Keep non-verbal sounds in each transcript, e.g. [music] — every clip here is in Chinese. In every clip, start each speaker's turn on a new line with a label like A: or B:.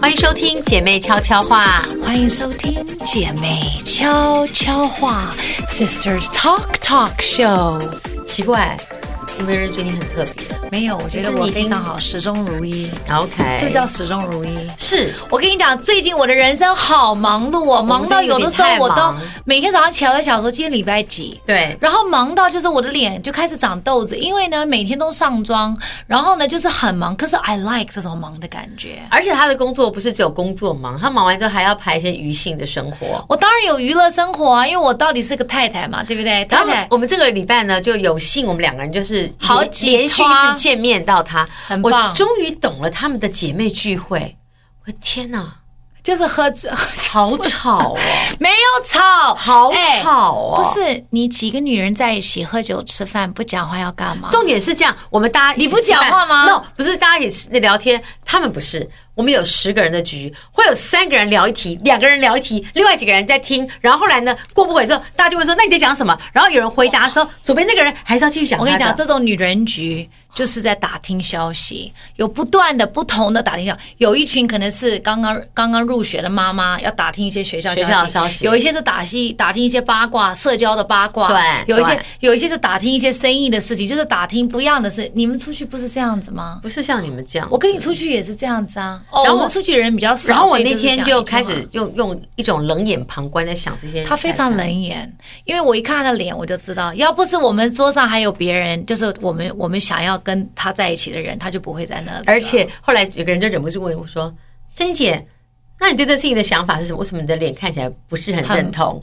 A: 欢迎收听姐妹悄悄话。
B: 欢迎收听姐妹悄悄话 Sisters Talk Talk Show。
A: 奇怪，有没有人觉得你很特别
B: 没有，我觉得
A: 就是你
B: 我
A: 已经
B: 非常好，始终如一。
A: ？OK，
B: 是不是叫始终如一？
A: 是
B: 我跟你讲，最近我的人生好忙碌哦，忙到有的时
A: 最近
B: 候
A: 有
B: 我
A: 点太
B: 都
A: 忙
B: 每天早上起来我都想说今天礼拜几，
A: 对，
B: 然后忙到就是我的脸就开始长痘子，因为呢每天都上妆，然后呢就是很忙，可是 I like 这种忙的感觉。
A: 而且他的工作不是只有工作忙，他忙完之后还要排一些余兴的生活。
B: 我当然有娱乐生活啊，因为我到底是个太太嘛，对不对？
A: 然
B: 太
A: 后
B: 太
A: 我们这个礼拜呢，就有幸我们两个人就是
B: 好
A: 连
B: 几
A: 连续一
B: 趟
A: 次见面到他，
B: 很
A: 我
B: 棒
A: 终于懂了他们的姐妹聚会。我的天哪，
B: 就是喝酒，
A: 好吵哦，
B: 没有吵，
A: 好
B: [laughs] 哎
A: 吵哦！
B: 不是你几个女人在一起喝酒吃饭不讲话要干嘛？
A: 重点是这样，我们大家
B: 你不讲话吗
A: ？No，不是，大家也是聊天，他们不是。我们有十个人的局，会有三个人聊一题，两个人聊一题，另外几个人在听。然后后来呢，过不会之后，大家就会说：“那你在讲什么？”然后有人回答的时候，左边那个人还是要继续讲。
B: 我跟你讲，，这种女人局就是在打听消息，有不断的不同的打听消息。有一群可能是刚刚刚刚入学的妈妈，要打听一些学校
A: 学校消息
B: 有一些是打戏打听一些八卦、社交的八卦，
A: 对
B: 有一些
A: 对
B: 有一些是打听一些生意的事情，就是打听不一样的事。你们出去不是这样子吗？
A: 不是像你们这样。
B: 我跟你出去也是这样子啊，哦，
A: 然后
B: 我们出去的人比较少，
A: 然后我
B: 所以
A: 那
B: 是
A: 天
B: 讲
A: 就
B: 一句
A: 开
B: 话
A: 始用用一种冷眼旁观在想这些。
B: 他非常冷眼，因为我一看他的脸，我就知道，要不是我们桌上还有别人，就是我们我们想要跟他在一起的人，他就不会在那里了。
A: 而且后来有个人就忍不住问我说：“珍姐，那你对这事情的想法是什么？为什么你的脸看起来不是很
B: 很
A: 认同？”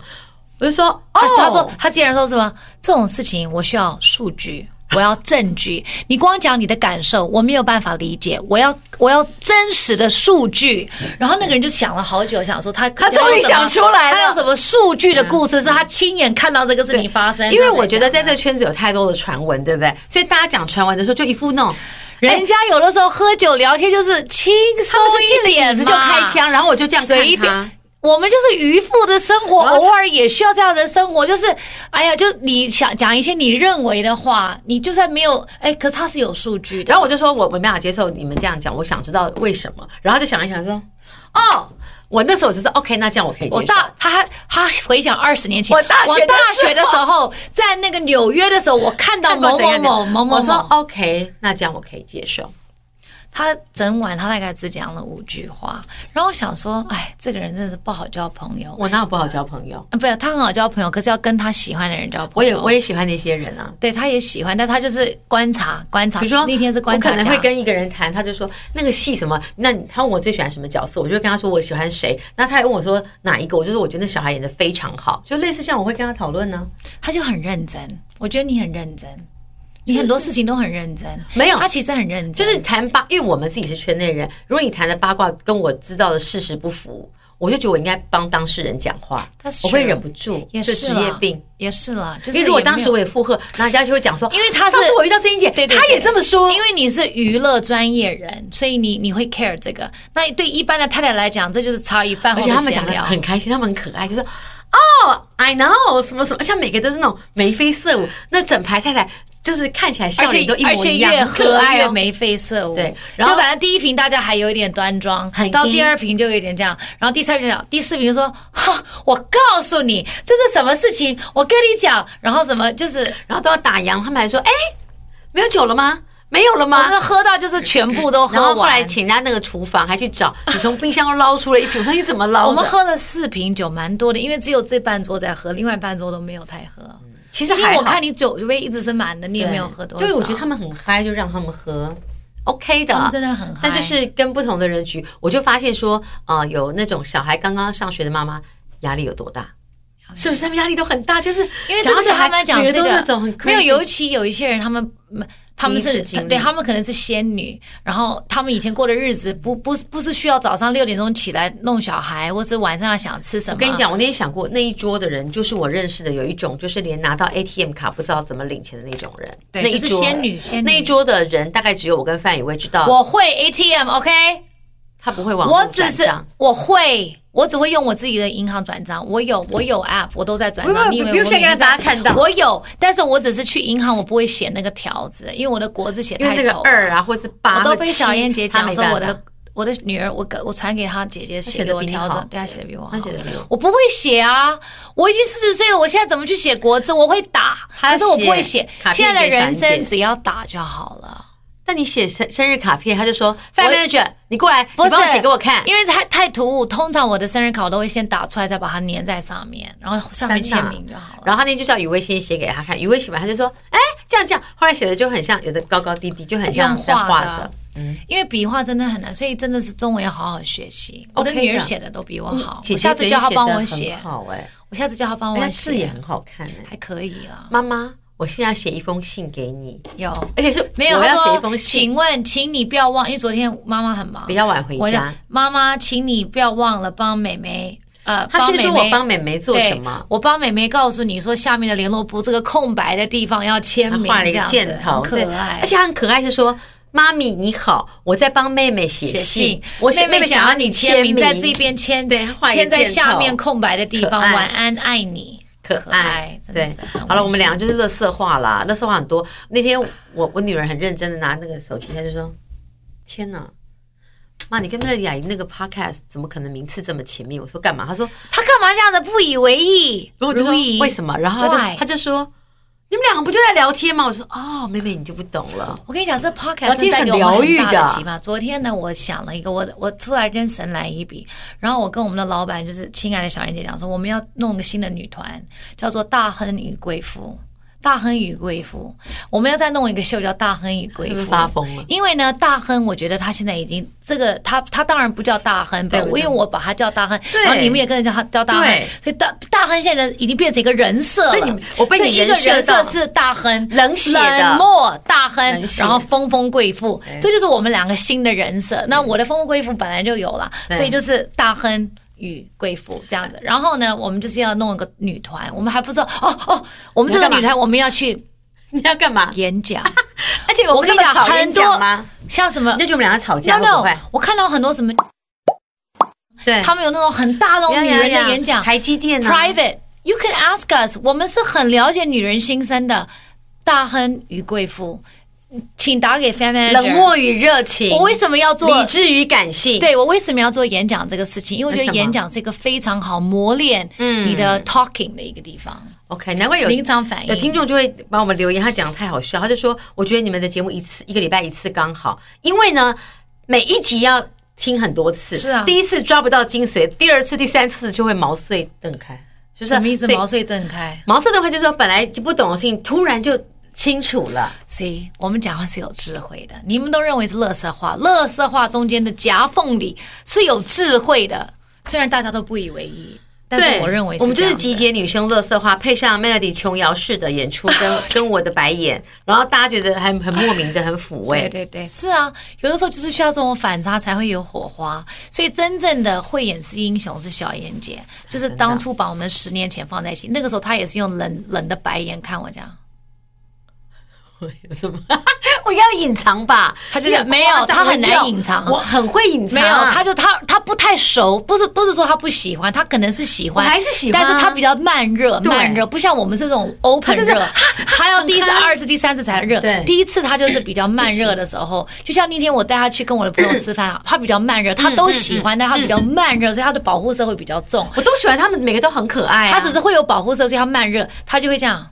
A: 我就说：“哦
B: 他，他说他竟然说什么这种事情，我需要数据。我要证据，你光讲你的感受，我没有办法理解。我要我要真实的数据。然后那个人就想了好久，想说他
A: 他终于想出来了嗯
B: 他有什么数据的故事是他亲眼看到这个事情发生。
A: 因为
B: 他才
A: 我觉得在
B: 讲的
A: 这圈子有太多的传闻，对不对？所以大家讲传闻的时候，就一副那种
B: 人家有的时候喝酒聊天就是轻松
A: 哎他们是进
B: 一
A: 了
B: 点
A: 影
B: 嘛，
A: 子就开枪，然后我就这样看
B: 随
A: 他
B: 便。。我们就是渔夫的生活，
A: 然后他
B: 偶尔也需要这样的生活。就是，哎呀，就你想讲一些你认为的话，你就算没有，哎，可是他是有数据的。
A: 然后我就说我我没办法接受你们这样讲，我想知道为什么。然后就想一想说，哦，我那时候我就说 OK，那这样我可以接受。
B: 我大他还他回想二十年前，
A: 我大学的时候
B: 大学的时候， [laughs] 在那个纽约的时候，我看到
A: 看过
B: 某
A: 怎
B: 某
A: 样的
B: 某某某
A: 我说
B: 某，
A: OK，那这样我可以接受。
B: 他整晚他大概只讲了五句话，然后我想说，哎，这个人真的是不好交朋友。
A: 我哪有不好交朋友？
B: 嗯，不是，他很好交朋友，可是要跟他喜欢的人交
A: 我
B: 朋
A: 也
B: 友。
A: 我也喜欢那些人啊。
B: 对，他也喜欢，但他就是观察观察。
A: 比如说
B: 那天是观察
A: 我
B: 家，
A: 可能会跟一个人谈，他就说那个戏什么，那你他问我最喜欢什么角色，我就跟他说我喜欢谁，那他还问我说哪一个，我就说我觉得那小孩演的非常好，就类似这样，我会跟他讨论呢。
B: 他就很认真。我觉得你很认真，你很多事情都很认真。
A: 没有
B: 他其实很认
A: 就
B: 真，
A: 是谈八，因为我们自己是圈内人，如果你谈的八卦跟我知道的事实不符，我就觉得我应该帮当事人讲话
B: That's，
A: 我会
B: true
A: 忍不住，
B: 也
A: 这
B: 是
A: 职
B: 啦
A: 业病。
B: 也是啦。就是
A: 因为如果
B: 也没有
A: 当时我也附和，那人家就会讲说，
B: 因为他是
A: 上次我遇到郑英姐，
B: 对对对
A: 她也这么说，
B: 因为你是娱乐专业人，所以你你会 care 这个。那对一般的太太来讲，这就是茶余饭
A: 而
B: 后
A: 且
B: 的
A: 他们
B: 闲
A: 讲的
B: 聊。
A: 很开心，他们很可爱，就说哦，I know 什么什么，而且每个都是那种眉飞色舞，那整排太太就是看起来
B: 而
A: 笑
B: 且
A: 脸都一
B: 而
A: 模
B: 且
A: 一样，
B: 越
A: 很可
B: 喝
A: 爱
B: 越
A: 哦。
B: 眉飞色舞。
A: 对
B: 就
A: 然后
B: 反正第一瓶大家还有一点端庄
A: 很，
B: 到
A: 硬
B: 第二瓶就有点这样，然后第三瓶就讲，第四瓶就说：“哈，我告诉你这是什么事情，我跟你讲。”然后什么就是
A: 然后都要打烊，他们还说，哎，没有酒了吗？没有了
B: 我
A: 吗？
B: 们喝到就是全部都喝
A: 然
B: 完。
A: 后后来请人家那个厨房还去找，你从冰箱捞出了一瓶，我说你怎么捞的？
B: 我们喝了四瓶酒，蛮多的，因为只有这半桌在喝，另外半桌都没有太喝。
A: 其实
B: 因
A: 嗯还
B: 为
A: 好
B: 我看你酒就杯一直是满的，你也
A: 对
B: 没有喝多少。
A: 对，我觉得他们很嗨，就让他们喝，OK 的，
B: 他们真的很嗨
A: 但就是跟不同的人局，我就发现说，呃，有那种小孩刚刚上学的妈妈，压力有多大？是不是他们压力都很大？就是
B: 因为这个
A: 小
B: 对他
A: 孩
B: 们来讲
A: 女
B: 是
A: 儿
B: 这
A: 都
B: 个
A: 那种很
B: 没有，
A: crazy
B: 尤其有一些人，他们嗯他们
A: 第
B: 是
A: 一次经历
B: 对他们可能是仙女，然后他们以前过的日子不不是不是需要早上六点钟起来弄小孩，或是晚上要想吃什么。
A: 我跟你，讲，我那天想过，那一桌的人就是我认识的，有一种就是连拿到 ATM 卡不知道怎么领钱的那种人。
B: 对
A: 那一
B: 就
A: 桌
B: 是仙女仙女
A: 那一桌的人大概只有我跟范宇会知道，
B: 我会 ATM，OK，、
A: 他不会网
B: 我
A: 络
B: 只
A: 转
B: 是
A: 账。
B: 我会。我只会用我自己的银行转账，我有我有 app，我都在转
A: 不不
B: 账。你以为
A: 不用
B: 我
A: 现
B: 每
A: 在让
B: 天
A: 大家
B: 在
A: 看到
B: 我有，但是我只是去银行，我不会写那个条子，因为我的国字写
A: 因为
B: 太
A: 那
B: 丑
A: 个
B: 了。
A: 二啊，或是八，
B: 我都被小燕姐
A: 她
B: 讲
A: 没
B: 说
A: 办
B: 我
A: 法
B: 的我的女儿，我给我传给她姐姐写给我调整，对她写的比我好
A: 他。写的没有。
B: 我不会写啊！我已经四十岁了，我现在怎么去写国字？我会打，
A: 还要
B: 可是我不会
A: 写
B: 写
A: 卡。片
B: 现在的人
A: 给闪
B: 生
A: 姐
B: 只要打就好了，
A: 但你写生生日卡片，他就说 f a m a n a g e r 你过来，你
B: 不是
A: 帮我写给我看。
B: 因为太太突兀。通常我的生日卡我都会先打出来，再把它粘在上面，然后上面
A: 真的
B: 签
A: 啊
B: 名就好了。
A: 然后他那天就叫雨薇先写给他看，雨薇写完他就说，哎，这样这样。后来写的就很像，有的高高低低，就很像
B: 用
A: 在
B: 画
A: 画
B: 的啊
A: 的。嗯，
B: 因为笔画真的很难，所以真的是中文要好好学习。我
A: OK 的嗯
B: 的女儿写的都比我好，
A: 姐姐
B: 哦我下次叫她帮我
A: 嘴写
B: 写
A: 得很，好哎，
B: 我下次叫她帮
A: 人家
B: 我
A: 字也
B: 写，
A: 很好看哎。
B: 还可以啦。
A: 妈妈，我现在要写一封信给你，
B: 有
A: 而且是
B: 没有？
A: 我要
B: 她
A: 写一
B: 说，
A: 封信，
B: 请问，请你不要忘，因为昨天妈妈很忙
A: 比，较晚回
B: 我
A: 家
B: 想。妈妈，请你不要忘了帮妹妹，呃，
A: 他是不是说
B: 妹
A: 我
B: 妹
A: 帮美眉做
B: 对
A: 什么？
B: 我帮妹妹告诉你说，下面的联络簿这个空白的地方要签
A: 他
B: 名，
A: 画了一
B: 这
A: 个
B: 样子
A: 箭头，
B: 很
A: 对
B: 可爱
A: 而。且他很可爱，是说。妈咪你好，我在帮妹妹写
B: 写
A: 信
B: 信，。
A: 我
B: 妹妹想要你签名，在这边签，
A: 对她画一个
B: 签在下面
A: 箭头
B: 空白的地
A: 可
B: 方。
A: 爱
B: 晚安，爱你，
A: 可爱
B: 爱，，真的
A: 对
B: 是很，
A: 好了，我们
B: 温馨
A: 两个就是乐色话啦，乐色话很多。那天我我女儿很认真的拿那个手机，她就说：“天哪，妈，你跟那个雅怡那个 podcast 怎么可能名次这么前面？”我说：“干嘛？”她说
B: 她干嘛这样子不以为意？：“
A: 然后我就
B: 如
A: 说
B: 意
A: 为什么？”然后她
B: Why？
A: 就她就说：“你们两个不就在聊天吗？”我说：“哦，妹妹你就不懂了。 [laughs]
B: 我跟你讲，这 podcast
A: 聊天
B: 真的带给我
A: 哦很
B: 们
A: 疗愈
B: 很大
A: 的
B: 的启发。昨天呢，我想了一个，我我突然跟神来一笔，然后我跟我们的老板，就是亲爱的小燕姐讲说，我们要弄个新的女团，叫做《大亨与贵妇》。大亨与贵妇，我们要再弄一个秀叫《大亨与贵
A: 是不
B: 妇
A: 是》。发疯了
B: 因为呢，大亨，我觉得他现在已经这个，他他当然不叫大亨吧，
A: 对
B: 我因为我把他叫大亨，
A: 对
B: 然后你们也跟着叫他叫大亨
A: 对，
B: 所以大大亨现在已经变成一个人设
A: 对你
B: 了
A: 们。我被
B: 所
A: 你
B: 以一个
A: 人设
B: 人
A: 到
B: 设是大亨，
A: 冷血的
B: 冷漠哦大亨
A: 冷，血
B: 然后风风贵妇
A: 对，
B: 这就是我们两个新的人设。
A: 嗯
B: 那我的风风贵妇本来就有了，
A: 对
B: 所以就是大亨。与贵妇这样子，然后呢，我们就是要弄一个女团，我们还不知道哦哦，我们这个
A: 我干嘛
B: 女团我们要去
A: 你要干
B: [laughs]
A: 嘛？
B: 演
A: [laughs]
B: 讲，
A: 而且我
B: 我
A: 们
B: 跟
A: 那
B: 你
A: 么
B: 讲
A: 吵，
B: 很
A: 演讲
B: 多
A: 吗？
B: 像什么
A: 那就我们两个吵架
B: ？No
A: 会不
B: No，
A: 会？
B: 我看到很多什么，
A: 对，
B: 他们有那种很大那种
A: 呀
B: 女
A: 呀
B: 人
A: 呀
B: 的演讲，
A: 台积电啊
B: private。You can ask us，我们是很了解女人心声的。大亨与贵妇，请打给 fan manager。
A: 冷，漠与热情，
B: 我为什么要做
A: 理？智与感性，
B: 对我为什么要做演讲这个事情？因为我觉
A: 为什
B: 得
A: 么
B: 演讲是一个非常好磨练
A: 嗯
B: 你的 talking 的一个地方，
A: ，OK，难怪有
B: 临场反应。
A: 有听众就会帮我们留言，他讲的太好笑，他就说：“我觉得你们的节目一次一个礼拜一次刚好，因为呢，每一集要听很多次，
B: 是啊
A: 第一次抓不到精髓，第二次、第三次就会毛遂瞪开，就是
B: 什么意思？
A: 所以
B: 毛遂瞪开。
A: 毛遂瞪开就是说本来就不懂的事情，突然就清楚了。
B: 所以我们讲话是有智慧的。你们都认为是乐色话，乐色话中间的夹缝里是有智慧的，虽然大家都不以为意，但
A: 对，
B: 是我认为
A: 我们
B: 这
A: 就是
B: 样子
A: 集结女生乐色话，配上 Melody 琼瑶式的演出 [laughs] 跟跟我的白眼，然后大家觉得很很莫名的很抚慰
B: 对。对对，是啊，有的时候就是需要这种反差才会有火花。所以真正的慧眼识英雄是小燕姐，就是当初把我们十年前放在一起，那个时候她也是用冷冷的白眼看我这样，
A: 有什么？ [laughs] 我应该要隐藏吧？
B: 他就
A: 你
B: 是
A: 很
B: 没有
A: 夸张
B: 他很
A: 我知道
B: 难隐藏
A: 我很会隐藏。
B: 没有，她就她她不太熟，不是不是说她不喜欢，她可能是喜欢，
A: 我还是喜欢啊
B: 但是她比较慢热，
A: 对
B: 慢热，不像我们这种 open
A: 她就是啊
B: 热，她要第一次、
A: 很开
B: 二次、第三次才热
A: 对，
B: 第一次她就是比较慢热的
A: [coughs]
B: 时候，就像那天我带她去跟我的朋友吃饭，她比较
A: 嗯
B: 慢热，她都喜欢，但她比较慢热，所以她的保护色会比较重。
A: 我都喜欢他们，每个都很可爱、啊。
B: 他只是会有保护色，所以他慢热，他就会这样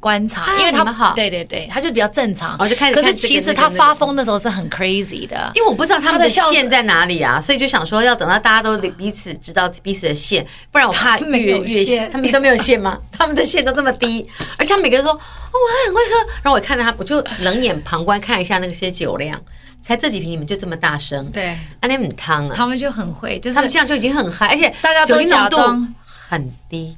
B: 观察，
A: 嗨
B: 因为
A: 你
B: 他
A: 们好
B: 对对对，他就比较正常。
A: 哦就开始
B: 可
A: 看
B: 是
A: 这个
B: 其
A: 那
B: 实
A: 个
B: 他
A: 那个
B: 发疯的时候是很 crazy 的，
A: 因为我不知道他们
B: 他
A: 的
B: 的笑
A: 线在哪里啊，所以就想说要等到大家都彼此知道彼此的线，不然我怕
B: 他们
A: 越
B: 有
A: 越
B: 线
A: 他们都没有线
B: [laughs]
A: 吗？他们的线都这么低，而且他们每个人说哦我很会喝，然后我看到他，我就冷眼旁观看了一下那些酒量，才这几瓶你们就这么大声，
B: 对
A: 安利母汤啊，
B: 他们就很会，就是
A: 他们这样就已经很嗨，而且
B: 大家都
A: 酒精浓
B: 假
A: 度
B: 装
A: 很低，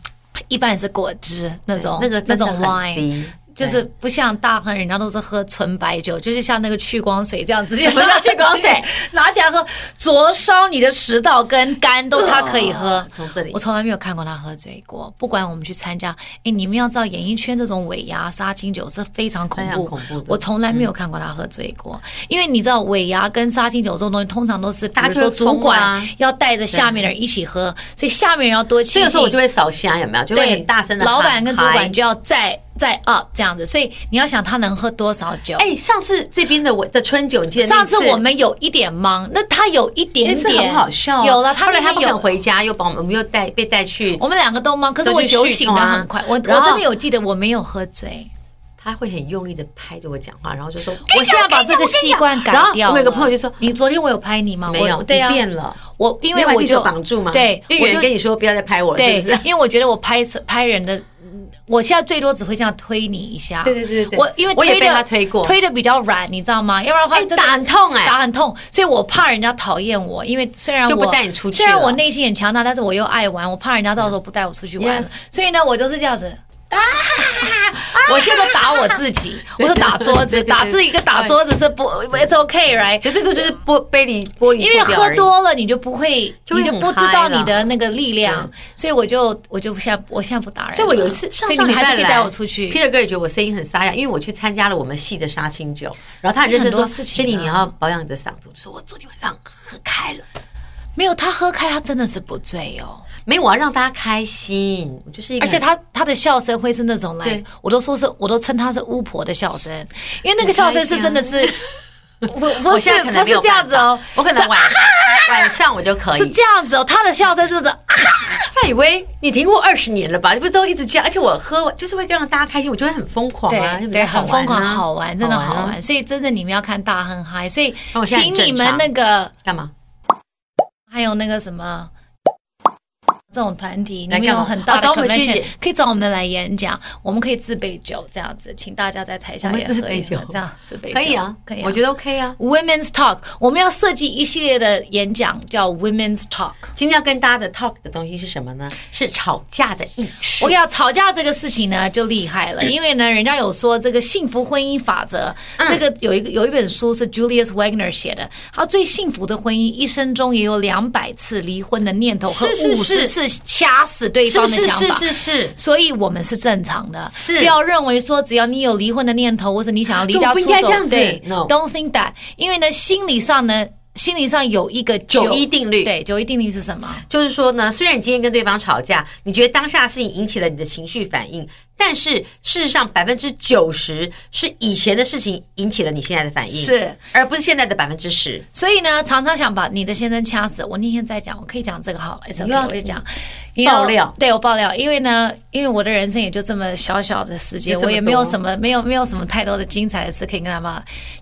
B: 一般是果汁那种
A: 那个
B: 那
A: 真的
B: 种
A: 很
B: wine。
A: 低
B: 就是不像大亨，人家都是喝纯白酒，就是像那个去光水这
A: [laughs]
B: 样直接
A: 什么叫去光水，
B: 拿起来喝，灼烧你的食道跟肝都他可以喝
A: 对。哦从这里
B: 我从来没有看过他喝醉过。不管我们去参加，哎，你们要知道，演艺圈这种尾牙杀青酒是非常恐
A: 非常
B: 怖，
A: 恐怖的嗯
B: 我从来没有看过他喝醉过，因为你知道尾牙跟杀青酒这种东西，通常都是比
A: 大家
B: 如
A: 就会
B: 说主管
A: 疯啊
B: 要带着下面的人一起喝，所以下面人要多
A: 这
B: 清
A: 个啊
B: 醒。
A: 时候我就会扫瞎，有没有？就会
B: 对，
A: 很大声的
B: 老板跟主管就要在再 up 这样子，所以你要想他能喝多少酒。
A: 哎、上次这边的我的春酒，你记得那
B: 上次我们有一点忙，那他有一点
A: 那次
B: 点
A: 很好笑、啊，
B: 有了他
A: 后来
B: 那
A: 他
B: 天
A: 不肯
B: 有，
A: 回家，又把我们我们又带被带去，
B: 我们两个都忙，可是
A: 都
B: 我
A: 去
B: 酒
A: 续
B: 醒的
A: 通啊
B: 很快，我我
A: 然后
B: 真的有记得我没有喝醉，
A: 他会很用力的拍着我讲话，然后就说
B: 我现在把这个习惯改
A: 然后
B: 掉了。
A: 我有个朋友就说
B: 你昨天我有拍你吗？
A: 没有，
B: 我对呀、
A: 你变了，
B: 我因
A: 你
B: 为
A: 把
B: 我
A: 自己手
B: 就
A: 绑住嘛，
B: 对，
A: 因
B: 我
A: 为有
B: 就
A: 人跟你说不要再拍我了，是
B: 对
A: 不
B: [laughs]
A: 是？，
B: 因为我觉得我拍拍人的，嗯我现在最多只会这样推你一下。
A: 对对对对对
B: 我因为
A: 我也
B: 推
A: 被
B: 的
A: 他推过
B: 推的比较软，你知道吗？要不然的话
A: 哎
B: 真的
A: 打很痛哎
B: 打很痛，所以我怕人家讨厌我，因为虽然我
A: 就不带你出去
B: 虽然我
A: 了
B: 内心很强大，但是我又爱玩，我怕人家到时候不带我出去玩了
A: Yes
B: 所以呢，我就是这样子。啊！ [laughs] 我现在打我自己，我是打桌
A: 对对
B: 子，
A: 对
B: 打自己跟打桌子是不，it's okay，right？
A: 就这个就是玻杯里玻璃
B: 因为
A: 破掉
B: 喝
A: 而已，
B: 多了，你就不会，
A: 就会
B: 你就
A: 很
B: 不知道
A: 嗨了
B: 你的那个力量，所以我就我就现在我现在不打人了。
A: 所以我有一次上
B: 所以
A: 上
B: 你
A: 礼
B: 们还
A: 拜
B: 是可以
A: 来
B: 带我出去。
A: ，Peter 哥也觉得我声音很沙哑，因为我去参加了我们系的杀青酒，然后他很认真
B: 你很
A: 说：“
B: 多事情啊
A: 珍妮，你要保养你的嗓子。”我说：“我昨天晚上喝开了，
B: 没有他喝开，他真的是不醉哦，
A: 没有，我要让大家开心。”我就是一个
B: 而
A: 很，
B: 且他他的笑声会是那种来
A: 对，
B: 我都说是我都称他是巫婆的笑声，因为那个笑声是真的是，
A: [laughs]
B: 不不
A: 啊我
B: 是
A: 现在可
B: 不
A: 能
B: 是
A: 没有
B: 这样子哦
A: 办，法我可能晚上晚上我就可以
B: 是这样子哦，他的笑声是这种啊
A: 范以威，你停过二十年了吧？你不是都一直这样？而且我喝就是会让大家开心，我觉得很疯狂啊，就
B: 对
A: 比
B: 对，
A: 较
B: 很
A: 玩
B: 疯狂，
A: 啊
B: 好玩，真的好
A: 啊
B: 玩。所以真正你们要看大家很嗨，所以
A: 那我现在
B: 请
A: 很
B: 你
A: 正
B: 们
A: 常
B: 那个。
A: 干嘛？
B: 还有那个什么。这种团体，你
A: 来
B: 们
A: 干嘛
B: 有很大
A: 哦
B: 的
A: 找我们去
B: convention，、
A: 演
B: 可以找我们来演讲，我们可以自备酒这样子，请大家在台下
A: 我们
B: 也
A: 自
B: 喝
A: 备
B: 一喝
A: 酒
B: 这样自备酒
A: 可以啊，
B: 可以、
A: 我觉
B: 得
A: 得 OK 啊。
B: Women's Talk，我们要设计一系列的演讲叫 Women's Talk。
A: 今天要跟大家的 talk 的东西是什么呢？是吵架的艺术。
B: 我跟你讲，吵架这个事情呢就厉害
A: 嗯
B: 了，因为呢，人家有说这个幸福婚姻法则，这个有一个有一本书是 Julius Wagner 写的，他最幸福的婚姻，一生中也有两百次离婚的念头和
A: 是是
B: 五十
A: 是
B: 次掐死对方
A: 是
B: 的
A: 是
B: 想
A: 是
B: 法。
A: 是是，
B: 所以我们是正常的，
A: 是
B: 不要认为说只要你有离婚的念头，或者你想要离家
A: 就不
B: 出
A: 应该
B: 走，
A: 这样子
B: 对
A: No
B: ，Don't think that，因为呢，心理上呢，心理上有一个
A: 九一定律
B: 对，九一定律是什么？
A: 就是说呢，虽然你今天跟对方吵架，你觉得当下的事情引起了你的情绪反应，但是事实上百分之九十是以前的事情引起了你现在的反应，
B: 是，
A: 而不是现在的百分之十。
B: 所以呢，常常想把你的先生掐死。我那天在讲，我可以讲这个好，it's
A: 你要
B: okay，我就讲。你要
A: 爆料
B: 对我爆料，因为呢，因为我的人生也就这么小小的时
A: 也
B: 间，
A: 这么
B: 我也没有
A: 多
B: 什么，没有没有什么太多的精彩的事可以跟他们。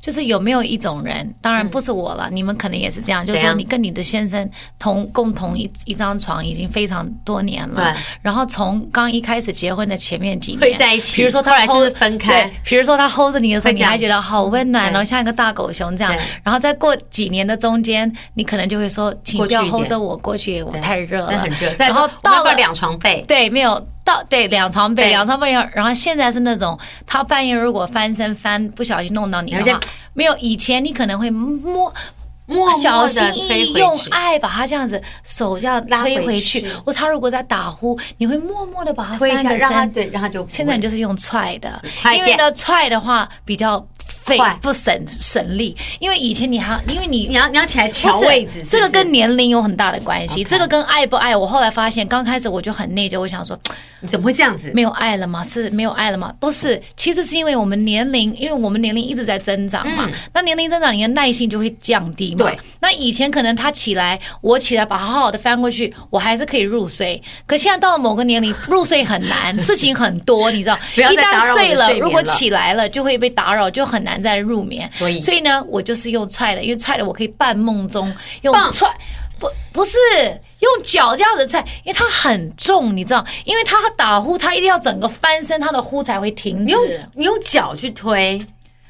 B: 就是有没有一种人，当
A: 嗯
B: 然不是我了，你们可能也是这样，就
A: 怎
B: 是说
A: 样
B: 你跟你的先生同共同一一张床已经非常多年了
A: 对，
B: 然后从刚一开始结婚的前面几年
A: 会在一起
B: 比如说他
A: 后来就是
B: hold-
A: 分开
B: 对比如说他 hold 着你的时候，
A: 会这
B: 你
A: 样
B: 还觉得好温暖哦，
A: 嗯对
B: 像一个大狗熊这样
A: 对。
B: 然后再过几年的中间，你可能就会说，请
A: 过
B: 不
A: 去一
B: 要
A: 点
B: hold 着我，过去我哦太热
A: 但
B: 了，
A: 很热。再
B: 然后
A: 说我们
B: 到
A: 要不
B: 了
A: 要两床被，
B: 对，没有到对两床被，
A: 对
B: 两床被，然后现在是那种他半夜如果翻身翻不小心弄到你的
A: 你
B: 话
A: 要，
B: 没有以前你可能会摸。
A: 默默
B: 小
A: 的
B: 心翼
A: 推
B: 翼
A: 回
B: 用
A: 去。
B: 爱把它这样子手要
A: 拉
B: 推
A: 回
B: 回去
A: 去，
B: 或他如果在打呼，你会默默的把它
A: 推一
B: 翻
A: 下，
B: 个
A: 让他
B: 身。
A: 对，让他就不会
B: 现在你就是用踹的，
A: 快
B: 因为
A: 点
B: 呢踹的话比较费
A: 快
B: 不省省力，因为以前你还因为你
A: 你要你要起来
B: 不
A: 抢
B: 是
A: 位置，
B: 这个
A: 是不是
B: 跟年龄有很大的关系。这个跟爱不爱，我后来发现，刚开始我就很内疚，我想说
A: 你怎么会这样子？
B: 没有爱了吗？是没有爱了吗？不是，其实是因为我们年龄，因为我们年龄一直在增长嘛。那年龄增长，你的耐性就会降低
A: 嗯
B: 嘛。
A: 对。
B: 那以前可能他起来，我起来把他好好的翻过去，我还是可以入睡。可现在到了某个年龄，入睡
A: [laughs]
B: 很难，事情很多，你知道。
A: 不要
B: 一
A: 再打
B: 旦
A: 扰我的
B: 睡了，
A: 睡眠
B: 如果
A: 了
B: 起来了，就会被打扰，就很难再入眠。
A: 所以
B: 所以呢，我就是用踹的，因为踹的我可以半梦中用
A: 棒
B: 踹，不不是用脚这样子踹，因为它很重，你知道，因为它打呼，它一定要整个翻身，它的呼才会停
A: 你
B: 止
A: 用。你用脚去推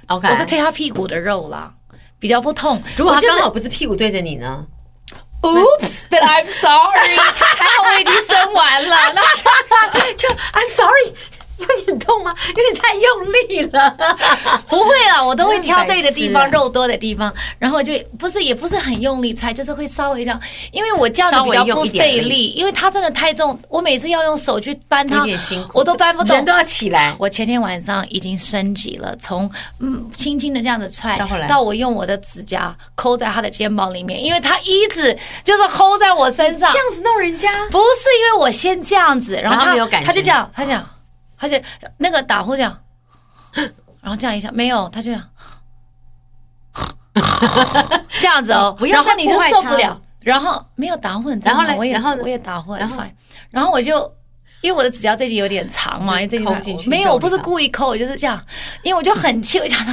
A: ，OK。
B: 我是推它屁股的肉啦，比较不痛。
A: 如果
B: 我
A: 他
B: 就是
A: 刚好不是屁股对着你呢？
B: [laughs] Oops, that I'm sorry，还 [laughs] 好我已经生完了，
A: [laughs]
B: 那
A: 就 I'm sorry，有点痛吗？有点太用力了。
B: 不会啦，我都会挑对的地
A: 你很
B: 方，
A: 白痴啊
B: 肉多的地方，然后就不是也不是很用力踹，就是会稍微这样，因为我这样子比较不
A: 稍微用
B: 费
A: 一点
B: 力，因为它真的太重，我每次要用手去搬它
A: [laughs] 有点辛苦，
B: 我都搬不动
A: 人都。要起来。
B: 我前天晚上已经升级了，从嗯轻轻的这样子踹，
A: 到后来
B: 我用我的指甲抠在他的肩膀里面，因为他一直就是抠在我身上
A: 这，样子弄人家，
B: 不是因为我先这样子，然后
A: 然后
B: 啊他
A: 没有感觉
B: 他就这样，他这样。而且那个打呼这样，然后这样一下没有，他就这样，这样子哦，
A: 不要
B: 然
A: 再
B: 后你就
A: 破坏
B: 受
A: 他
B: 不了，然后没有打呼很正
A: 然后
B: 常，
A: 嘞
B: 我也
A: 然后呢
B: 我也打呼很
A: 然后
B: fine，然后我就。因为我的指甲最近有点长嘛，因为这一
A: 抠
B: 块
A: 进去
B: 没
A: 你知
B: 有，
A: 道
B: 我不是
A: 吗
B: 故意抠，我就是这样，因为我就很气，我就想说，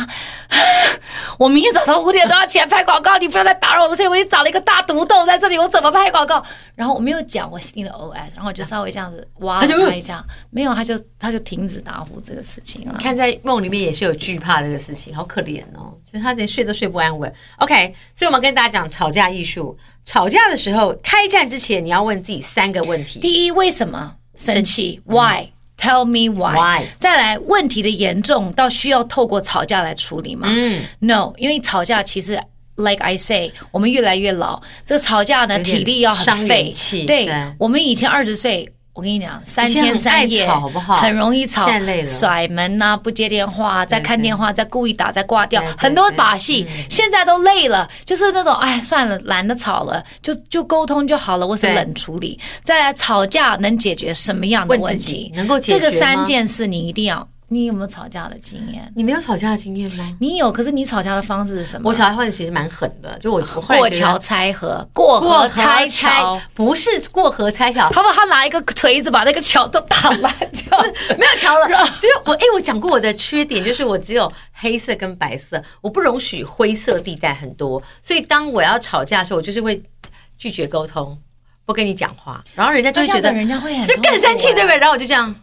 B: 我明天早上五点钟要起来拍广告，你不要再打扰我了。所以我就找了一个大毒洞在这里，我怎么拍广告？然后我没有讲我心里的 OS，然后我就稍微这样子挖
A: 他就
B: 了他一下，没有，他就他就停止打呼这个事情了。
A: 看在梦里面也是有惧怕这个事情，好可怜哦，就是他连睡都睡不安稳。OK，所以我们跟大家讲吵架艺术，吵架的时候，开战之前你要问自己三个问题。
B: 第一，为什么生气？Why？Tell me why.
A: Why？
B: 再来，问题的严重到需要透过吵架来处理吗？
A: 嗯
B: ，No，因为吵架其实。Like I say，我们越来越老，这个吵架呢，
A: 有点
B: 体力要很
A: 伤
B: 费
A: 元气。
B: 对
A: 对
B: 我们以前二十岁，我跟你讲，三
A: 以前
B: 天
A: 很
B: 三夜
A: 爱吵好不好
B: 很容易吵，
A: 现在累了
B: 甩门呐、不接电话，再看电话，再故意打，再挂掉
A: 对对，嗯
B: 很多把戏。现在都累了，就是那种哎，算了，懒得吵了，就就沟通就好了，我是
A: 对
B: 冷处理。再来吵架能解决什么样的
A: 问
B: 问
A: 自己
B: 题？
A: 能够解
B: 这个
A: 决吗
B: 三件事你一定要。你有没有吵架的经验？
A: 你没有吵架的经验吗？
B: 你有，可是你吵架的方式是什么？
A: 我吵架的其实蛮狠的，就我我后来
B: 过
A: 觉得
B: 桥拆河，过
A: 过河
B: 河
A: 拆
B: 拆
A: 桥
B: 桥。，
A: 不是过河拆桥，
B: 好不好？他拿一个锤子把那个桥都打烂掉。
A: [laughs] 没有桥了。因为我哎、我讲过我的缺点就是我只有黑色跟白色，我不容许灰色地带很多，所以当我要吵架的时候，我就是会拒绝沟通，不跟你讲话，然后人家就
B: 就
A: 会觉
B: 觉得
A: 得
B: 人家会很啊
A: 就更生气，对不
B: 对？
A: 对？然后我就这样，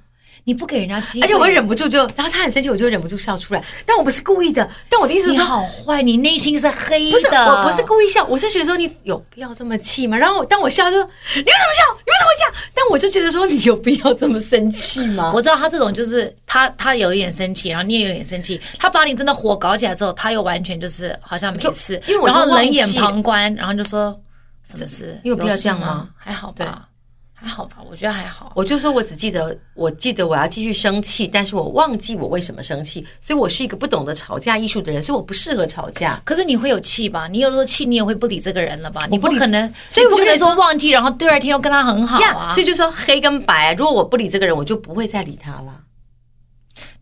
B: 你不给人家机会，
A: 而且我会忍不住就，然后他很生气，我就会忍不住笑出来，但我不是故意的，但我的意思是
B: 你
A: 说。
B: 好坏，你内心是黑的。
A: 不是，我不是故意笑，我是觉得说你有必要这么气吗？然后我当我笑就，你为什么笑？你为什么会这样？但我就觉得说你有必要这么生气吗？
B: 我知道他这种就是他，他有一点生气，然后你也有点生气。他把你真的火搞起来之后，他又完全就是好像没事
A: 就因为，我
B: 然后
A: 就忘
B: 冷眼
A: 记
B: 旁观，然后就说什么事？
A: 你有必要
B: 事
A: 这样吗
B: 吗？还好吧，还好吧，我觉得还好。
A: 我就说我只记得，我记得我要继续生气，但是我忘记我为什么生气，所以我是一个不懂得吵架艺术的人，所以我不适合吵架。
B: 可是你会有气吧？你有的时候气，你也会不理这个人了吧？你
A: 不
B: 不
A: 理
B: 可能，
A: 所以
B: 你
A: 我
B: 不
A: 就
B: 可
A: 跟
B: 能
A: 你说
B: 说忘记，然后第二天又跟他很好
A: 呀、
B: 啊。
A: 所以就说黑跟白，如果我不理这个人，我就不会再理他了。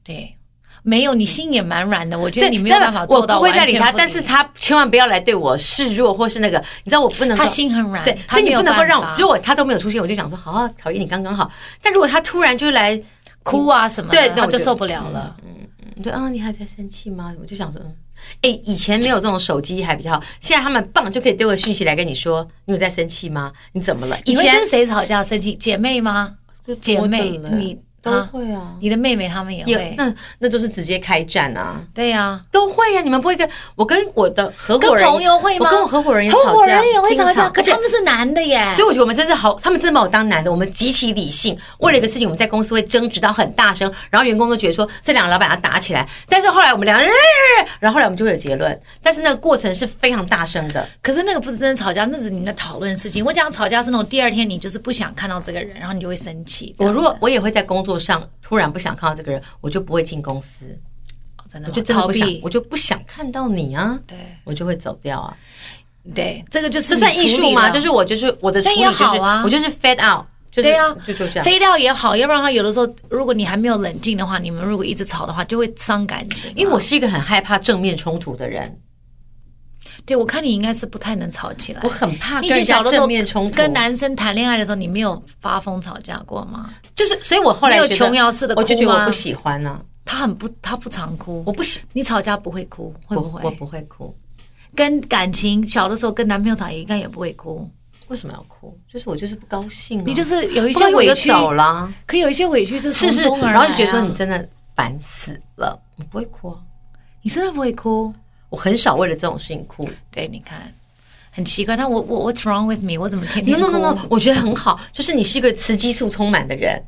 B: 对，没有，你心也蛮软的。我觉
A: 所
B: 得
A: 以
B: 你没有办法做到
A: 我不
B: 完
A: 会
B: 全
A: 再理他，
B: 不
A: 但是他千万不要来对我示弱或是那个，你知道我不能够
B: 他。心很软，
A: 对，
B: 他
A: 所以你
B: 没有
A: 不能够
B: 办
A: 让
B: 法
A: 我，如果他都没有出现，我就想说，好、啊，讨厌你刚刚好。但如果他突然就来，
B: 哭啊什么的，
A: 对那
B: 他
A: 我
B: 就
A: 就
B: 受不了了。
A: 你对啊，你还在生气吗？我就想说，嗯，哎、以前没有这种手机还比较好，现在他们棒就可以丢个讯息来跟你说，你有在生气吗？你怎么了？以
B: 你会
A: 前
B: 跟谁吵架生气？姐妹吗？姐妹，
A: 我的嘞
B: 你
A: 都
B: 啊，
A: 会啊，
B: 你的妹妹她们也
A: 有
B: 会，嗯
A: 那那就是直接开战啊，
B: 对呀。
A: 都会啊。你们不会跟我跟我的合
B: 跟
A: 伙人，
B: 朋友会吗？
A: 我跟我合伙人也
B: 合
A: 吵
B: 伙
A: 架，
B: 人也会吵
A: 经
B: 架，
A: 常
B: 可
A: 而且
B: 他们是男的耶。
A: 所以我觉得我们真是好，他们真的把我当男的。我们极其理性，为了一个事情，我们在公司会争执到很大声，然后员工都觉得说这两个老板要打起来。但是后来我们两个人，哎然后后来我们就会有结论，但是那个过程是非常大声的。
B: 可是那个不是真的吵架，那只是你们在讨论事情。我讲吵架是那种第二天你就是不想看到这个人，然后你就会生气。这
A: 我
B: 样
A: 如果我也会在工作上突然不想看到这个人，我就不会进公司，
B: 哦真的
A: 我
B: 吗
A: 就真的
B: 逃
A: 不想
B: 避，
A: 我就不想看到你啊，
B: 对
A: 我就会走掉啊。
B: 对，这个就是
A: 这算
B: 你处
A: 艺术
B: 理
A: 吗？
B: 了
A: 就是我就是我的处
B: 但
A: 理
B: 也
A: 就是
B: 好啊
A: 我就是 fade out，就是
B: 对啊
A: 就就这样。
B: 飞掉也好，要不然他有的时候，如果你还没有冷静的话，你们如果一直吵的话，就会伤感情啊、
A: 因为我是一个很害怕正面冲突的人，
B: 对我看你应该是不太能吵起来
A: 我。很怕
B: 你
A: 跟人
B: 以前
A: 家
B: 小的时候
A: 正面冲突，
B: 跟男生谈恋爱的时候，你没有发疯吵架过吗？
A: 就是，所以我后来
B: 没有
A: 觉得
B: 琼瑶式的哭
A: 我就觉得我
B: 吗
A: 不喜欢呢、
B: 他很不，他不常哭
A: 我。不喜，
B: 你吵架不会哭，会
A: 我
B: 不
A: 我
B: 会？
A: 不会哭。
B: 跟感情小的时候跟男朋友吵，应该也不会哭。
A: 为什么要哭？就是我就是不高兴、啊，
B: 你就是有一
A: 不
B: 些
A: 高兴我
B: 委
A: 就
B: 屈，
A: 走了，
B: 可有一些委屈是
A: 是
B: 从
A: 是，
B: 中而来、啊、
A: 然后就觉得说你真的烦死了，我不会哭、啊，
B: 你真的不会哭。
A: 我很少为了这种事情哭。
B: 对，你看，很奇怪。那我我 What's wrong with me？我怎么天天
A: No
B: 哭
A: no no no，我觉得很好，就是你是一个雌激素充满的人，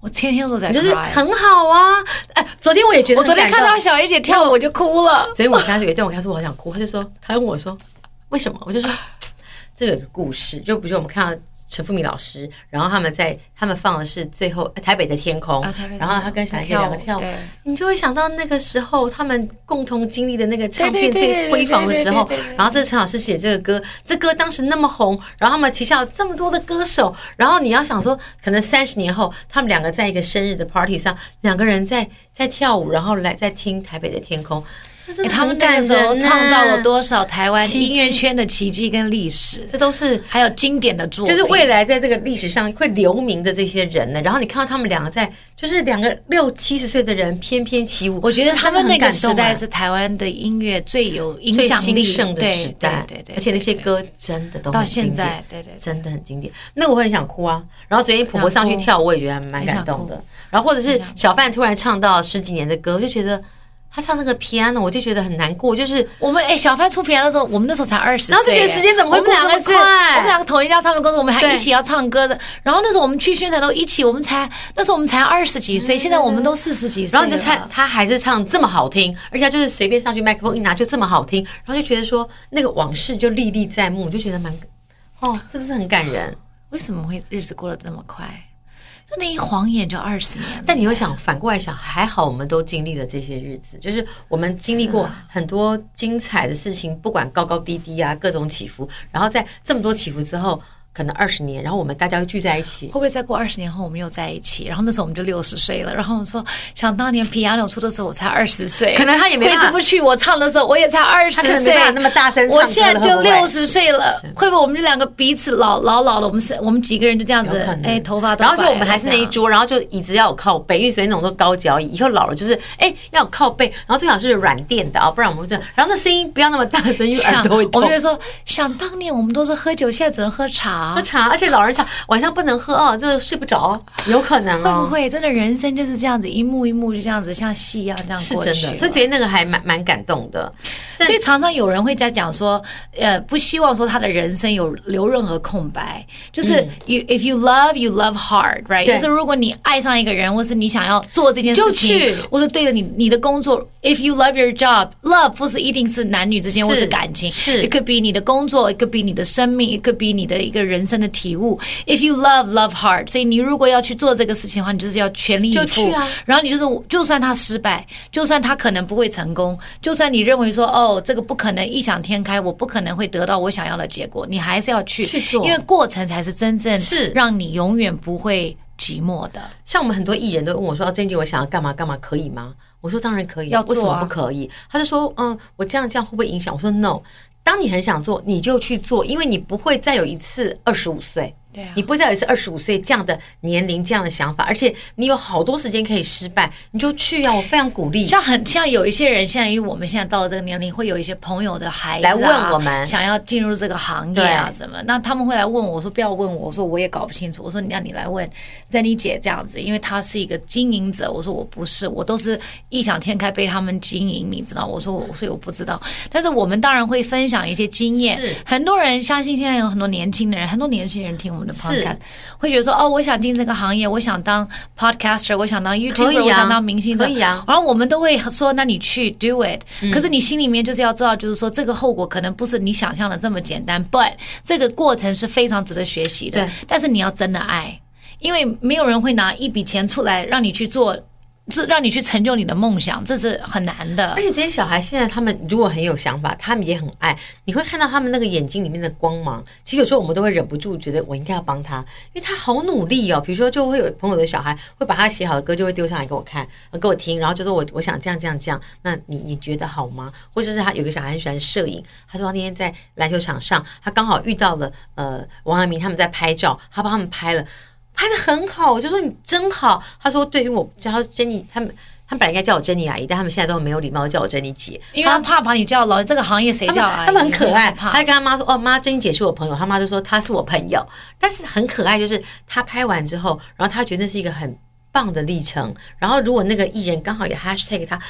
B: 我天天都在
A: 你
B: cry。
A: 就是很好啊。哎，昨天我也觉得很
B: 我昨天
A: 感
B: 看
A: 动
B: 到小 A 姐跳舞，我就哭了。
A: 所以我跟他有一段，我跟他说我好想哭，他就说，他问我说为什么，我就说这有一个故事，就比如说我们看到陈富米老师，然后他们在他们放的是最后呃台北的天空，
B: 啊台北的
A: 然后他跟小姐
B: 天
A: 两
B: 空
A: 个跳舞
B: 对，
A: 你就会想到那个时候他们共同经历的那个唱片
B: 对对对对
A: 最辉煌的时候
B: 对对对对对，
A: 然后这是陈老师写这个歌，这歌当时那么红，然后他们旗下有这么多的歌手，然后你要想说，可能三十年后他们两个在一个生日的 party 上，两个人在在跳舞，然后来在听台北的天空，那真
B: 哎
A: 的
B: 他们
A: 嗯很
B: 那
A: 感
B: 个时
A: 人啊
B: 候
A: 呐
B: 创造了，多少台湾
A: 奇迹
B: 音乐圈的奇迹跟历史，
A: 这都是
B: 还有经典的作
A: 嗯
B: 品，
A: 就是未来在这个历史上会留名的这些人呢。然后你看到他们两个在，就是两个六七十岁的人翩翩起舞，
B: 我觉得他们那个时代
A: 真
B: 是台湾的音乐最有影
A: 啊的很感动啊最
B: 响
A: 兴
B: 力
A: 盛的
B: 对
A: 时代，
B: 对对对，
A: 而且那些
B: 对
A: 歌真的都
B: 到
A: 很经
B: 现
A: 典
B: 在，对对对
A: 真的很经典。那个我很想哭啊。然后昨天婆婆上去跳舞，我也觉得蛮感动
B: 很想
A: 的。然后或者是小范突然唱到十几年的歌，我就觉得他唱那个 piano，我就觉得很难过，就是。
B: 我们哎、小范出平安的时候，我们那时候才二十岁，
A: 然后就觉得时间怎么会
B: 我们两
A: 过
B: 个
A: 这
B: 是，
A: 么快
B: 我们两个同一家唱片公司，我们还
A: 对
B: 一起要唱歌的。然后那时候我们去宣传都一起，我们才那时候我们才二十几岁，现在我们都四十几
A: 嗯
B: 岁
A: 然
B: 了。
A: 后你就看他还是唱这么好听，而且他就是随便上去麦克风一拿就这么好听，然后就觉得说那个往事就历历在目，就觉得蛮，哦，是不是很感人？
B: 为什么会日子过得这么快？真的，一晃眼就二十年了。
A: 但你会想反过来想，还好我们都经历了这些日子，就是我们经历过
B: 啊
A: 很多精彩的事情，不管高高低低啊，各种起伏，然后在这么多起伏之后，可能二十年，然后我们大家又聚在一起
B: 会。不会再过二十年后我们又在一起？然后那时候我们就六十岁了。然后我说，想当年 Piano 出的时候我才二十岁，
A: 可能他也没
B: 挥
A: 办法
B: 之不去。我唱的时候我也才二十
A: 他可能没
B: 岁
A: 办法，那么大声唱歌
B: 我现在
A: 会
B: 就
A: 不会
B: 六十岁了，会不会我们两个彼此老老老了？我们是，我们几个人就这样
A: 有
B: 子
A: 可，能
B: 哎，头发都
A: 然后就
B: 白了
A: 我们还是那一
B: 这样
A: 桌，然后就椅子要有靠背，因为所以那种都高脚椅，以后老了就是哎要有靠背，然后最好是软垫的啊，不然我们就然后那声音不要那么大声，因为耳
B: 像
A: 朵会
B: 我 [laughs]
A: 痛
B: 们就。会说，想当年我们都是喝酒，现在只能喝茶
A: 喝。茶，而且老人茶晚上不能喝啊，就睡不着，有可能
B: 会
A: 哦
B: 不。会真的人生就是这样子，一幕一幕就这样子，像戏一样这样
A: 是
B: 过
A: 真
B: 去
A: 的，
B: 了？
A: 所以觉得那个还蛮蛮感动的。但
B: 所以常常有人会在讲说，呃，不希望说他的人生有留任何空白，就是、you if you love you love hard，right？
A: 嗯对
B: 就是如果你爱上一个人，或是你想要做这件事
A: 就
B: 情
A: 去，
B: 或者对着你你的工作，if you love your job，love 不是一定是男女之间
A: 是
B: 或是感情，
A: 是
B: it could be 你的工作，it could be 你的生命，it could be 你的一个人生的体悟。if you love love hard，所以你如果要去做这个事情的话，你就是要全力以赴。
A: 就去啊
B: 然后你就是，就算他失败，就算他可能不会成功，就算你认为说哦，这个不可能异想天开，我不可能会得到我想要的结果，你还是要去，
A: 去做
B: 因为过程才是真正
A: 是
B: 让你永远不会寂寞的。
A: 像我们很多艺人都问我说：“啊，最近我想要干嘛干嘛，可以吗？”我说：“当然可以，
B: 要做啊
A: 为什么不可以？”他就说：“嗯，我这样这样会不会影响？”我说：“No，当你很想做，你就去做，因为你不会再有一次二十五岁。”
B: 对啊
A: 你不会再有一次二十五岁这样的年龄、这样的想法，而且你有好多时间可以失败，你就去啊！我非常鼓励。
B: 像很像有一些人，现在因为我们现在到了这个年龄，会有一些朋友的孩子、啊、
A: 来问我们
B: 想要进入这个行业啊
A: 对
B: 什么，那他们会来问我说不要问我，我说我也搞不清楚，我说你让你来问珍妮姐这样子，因为她是一个经营者，我说我不是，我都是异想天开被他们经营，你知道，我说我所以我不知
A: [laughs]
B: 道，但是我们当然会分享一些经验
A: 是，
B: 很多人相信现在有很多年轻的人，很多年轻人听我们的
A: 是
B: podcast 会觉得说哦，我想进这个行业，我想当 podcaster，我想当 YouTuber，、
A: 可以啊
B: 我想当明星的，
A: 可以啊
B: 然后我们都会说，那你去 do it。可是
A: 嗯
B: 你心里面就是要知道，就是说这个后果可能不是你想象的这么简单，but 这个过程是非常值得学习的
A: 对。
B: 但是你要真的爱，因为没有人会拿一笔钱出来让你去做，这让你去成就你的梦想，这是很难的
A: 而。且这些小孩现在他们如果很有想法，他们也很爱，你会看到他们那个眼睛里面的光芒。其实有时候我们都会忍不住觉得我应该要帮他，因为他好努力哦。比如说，就会有朋友的小孩会把他写好的歌就会丢上来给我看，呃给我听，然后就说我我想这样这样这样，那你你觉得好吗？或者是他有个小孩很喜欢摄影，他说他那天在篮球场上，他刚好遇到了呃王阳明他们在拍照，他帮他们拍了。拍的很好，我就说你真好。他说对于我，他说珍妮他们，他们本来应该叫我珍妮阿姨，但他们现在都很没有礼貌，叫我珍妮姐。
B: 因为他怕把你叫老，这个行业谁
A: 他
B: 叫
A: 们
B: 啊？
A: 他们很可爱，
B: 怕
A: 他就跟他妈说：“哦，妈，珍妮姐是我朋友。”他妈就说：“她是我朋友。”但是很可爱，就是他拍完之后，然后他觉得那是一个很棒的历程。然后如果那个艺人刚好也 hashtag 他，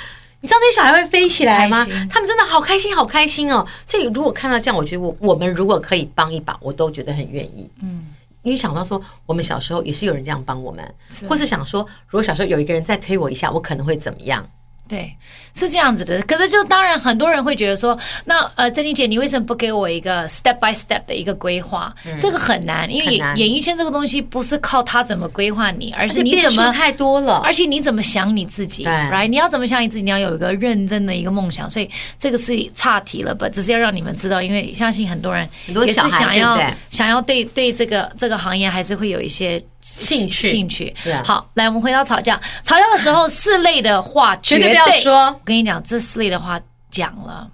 A: 你知道那些小孩会飞起来吗
B: 很开心？
A: 他们真的好开心，好开心哦！所以如果看到这样，我觉得我我们如果可以帮一把，我都觉得很愿意。
B: 嗯，
A: 因为想到说，我们小时候也是有人这样帮我们，
B: 是
A: 或是想说，如果小时候有一个人再推我一下，我可能会怎么样？
B: 对，是这样子的。可是就当然很多人会觉得说，那呃，珍妮姐，你为什么不给我一个 step by step 的一个规划？这个很难，因为
A: 嗯很
B: 演
A: 难
B: 演艺圈这个东西不是靠他怎么规划你，而
A: 而
B: 是
A: 且
B: 你
A: 变
B: 怎
A: 数
B: 么。
A: 太多了，
B: 而且你怎么想你自己
A: 对
B: ，right？你要怎么想你自己，你要有一个认真的一个梦想，所以这个是岔题了吧？只是要让你们知道，因为相信很多人
A: 很多
B: 也是
A: 小孩
B: 想要
A: 对不对
B: 想要对对这个这个行业还是会有一些
A: 兴趣
B: 兴趣
A: 对啊。
B: 好，来我们回到吵架，吵架的时候四类的话
A: 绝对不要说
B: 我，跟你讲，这四类的话讲了，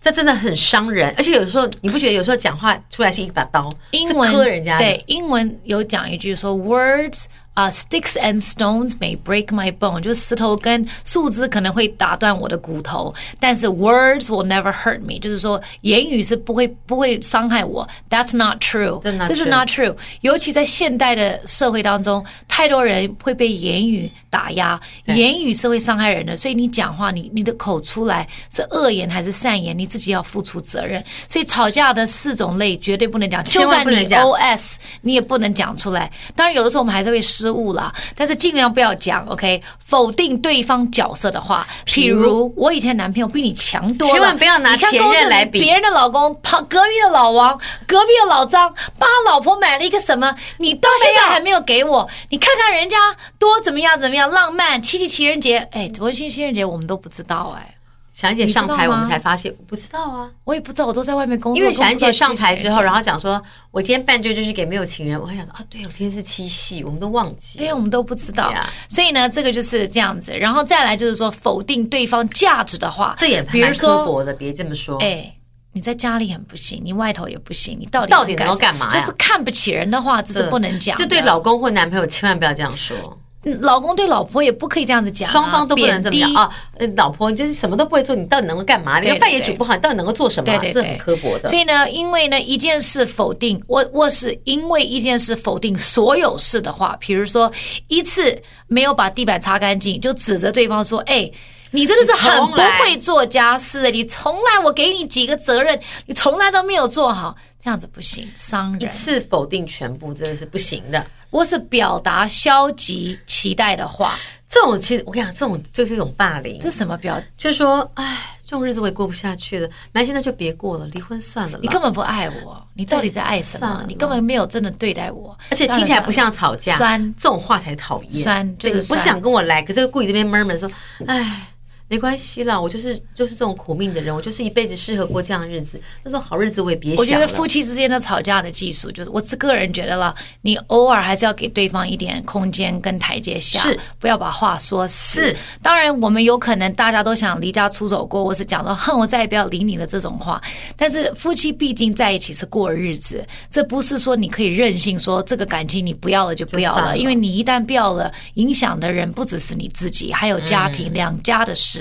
A: 这真的很伤人。而且有时候你不觉得有时候讲话出来是一把刀，
B: 英文
A: 是割人家的
B: 对英文有讲一句说 words。啊、s t i c k s and stones may break my bone，就是石头跟树枝可能会打断我的骨头，但是 words will never hurt me，就是说言语是不会不会伤害我。That's not true，
A: That's not
B: 这是
A: true
B: not true。尤其在现代的社会当中，太多人会被言语打压，言语是会伤害人的。所以你讲话，你你的口出来是恶言还是善言，你自己要负出责任。所以吵架的四种类绝对不能讲，就
A: 千万
B: 算
A: 不能
B: 你
A: 讲
B: OS，你也不能讲出来。当然，有的时候我们还是会失误啦，但是尽量不要讲。OK，否定对方角色的话，譬如我以前男朋友比你强多了，
A: 千万不要拿
B: 你看
A: 前
B: 公司
A: 任来
B: 里
A: 比
B: 别人的老公，旁隔壁的老王，隔壁的老张，帮他老婆买了一个什么，你到现在还没有给我。你看看人家多怎么样怎么样浪漫，七夕情人节，哎，昨天七夕情人节我们都不知道哎、
A: 小安姐上
B: 你知
A: 台，
B: 道
A: 我
B: 吗
A: 们才发现，我不知道啊。
B: 我也不知道，我都在外面工作。
A: 因为小安姐上台之后，然
B: 后
A: 后讲说，我今天半句就是给没有情人，我还想说啊，对，我今天是七夕，我们都忘记
B: 因为
A: 了。
B: 我们都不知道
A: Yeah
B: 所以呢，这个就是这样子。然后再来就是说否定对方价值的话，
A: 这也
B: 比如
A: 蛮刻
B: 说，
A: 薄的，别这么说。
B: 哎、你在家里很不行，你外头也不行，你到底
A: 到底能够
B: 能干
A: 干嘛呀
B: 就是看不起人的话，这是不能讲的。
A: 这对老公或男朋友千万不要这样说，
B: 嗯老公对老婆也不可以这样子讲啊、
A: 双方都不能这么
B: 贬
A: 讲
B: 低。
A: 啊。呃老婆你就是什么都不会做，你到底能够干嘛？
B: 对
A: 连饭也
B: 对
A: 煮不好，你到底能够做什么啊？
B: 对对
A: 这
B: 对，
A: 很刻薄的
B: 所。以呢，因为呢一件事否定，我我是因为一件事否定所有事的话，比如说一次没有把地板擦干净，就指着对方说：“哎。”你真的是很不会做家事的，你从来我给你几个责任，你从来都没有做好，这样子不行，伤
A: 一
B: 人。
A: 次否定全部真的是不行的。
B: 我是表达消极期待的话，
A: 这种其实我跟你讲，这种就是一种霸凌，
B: 这什么表？
A: 就是说，哎，这种日子我也过不下去了，那现在就别过了，离婚算了啦。
B: 你根本不爱我，你到底在爱什
A: 算
B: 么
A: 了？
B: 你根本没有真的对待我，
A: 而且听起来不像吵架，
B: 酸
A: 这种话才讨厌。
B: 酸就是
A: 对
B: 酸
A: 不想跟我来，可是又故意这边 murmur 说，哎，没关系啦，我就是就是这种苦命的人，我就是一辈子适合过这样的日子，那种好日子我也别
B: 我觉
A: 想
B: 得
A: 了。
B: 夫妻之间的吵架的技术，就是我自个人觉得啦，你偶尔还是要给对方一点空间跟台阶下，
A: 是
B: 不要把话说死。
A: 是，
B: 当然我们有可能大家都想离家出走过，或是讲说哼，我再也不要理你了这种话。但是夫妻毕竟在一起是过日子，这不是说你可以任性说这个感情你不要了就不要
A: 就
B: 了，
A: 散了
B: 因为你一旦不要了，影响的人不只是你自己，还有家庭、
A: 嗯
B: 两家的事。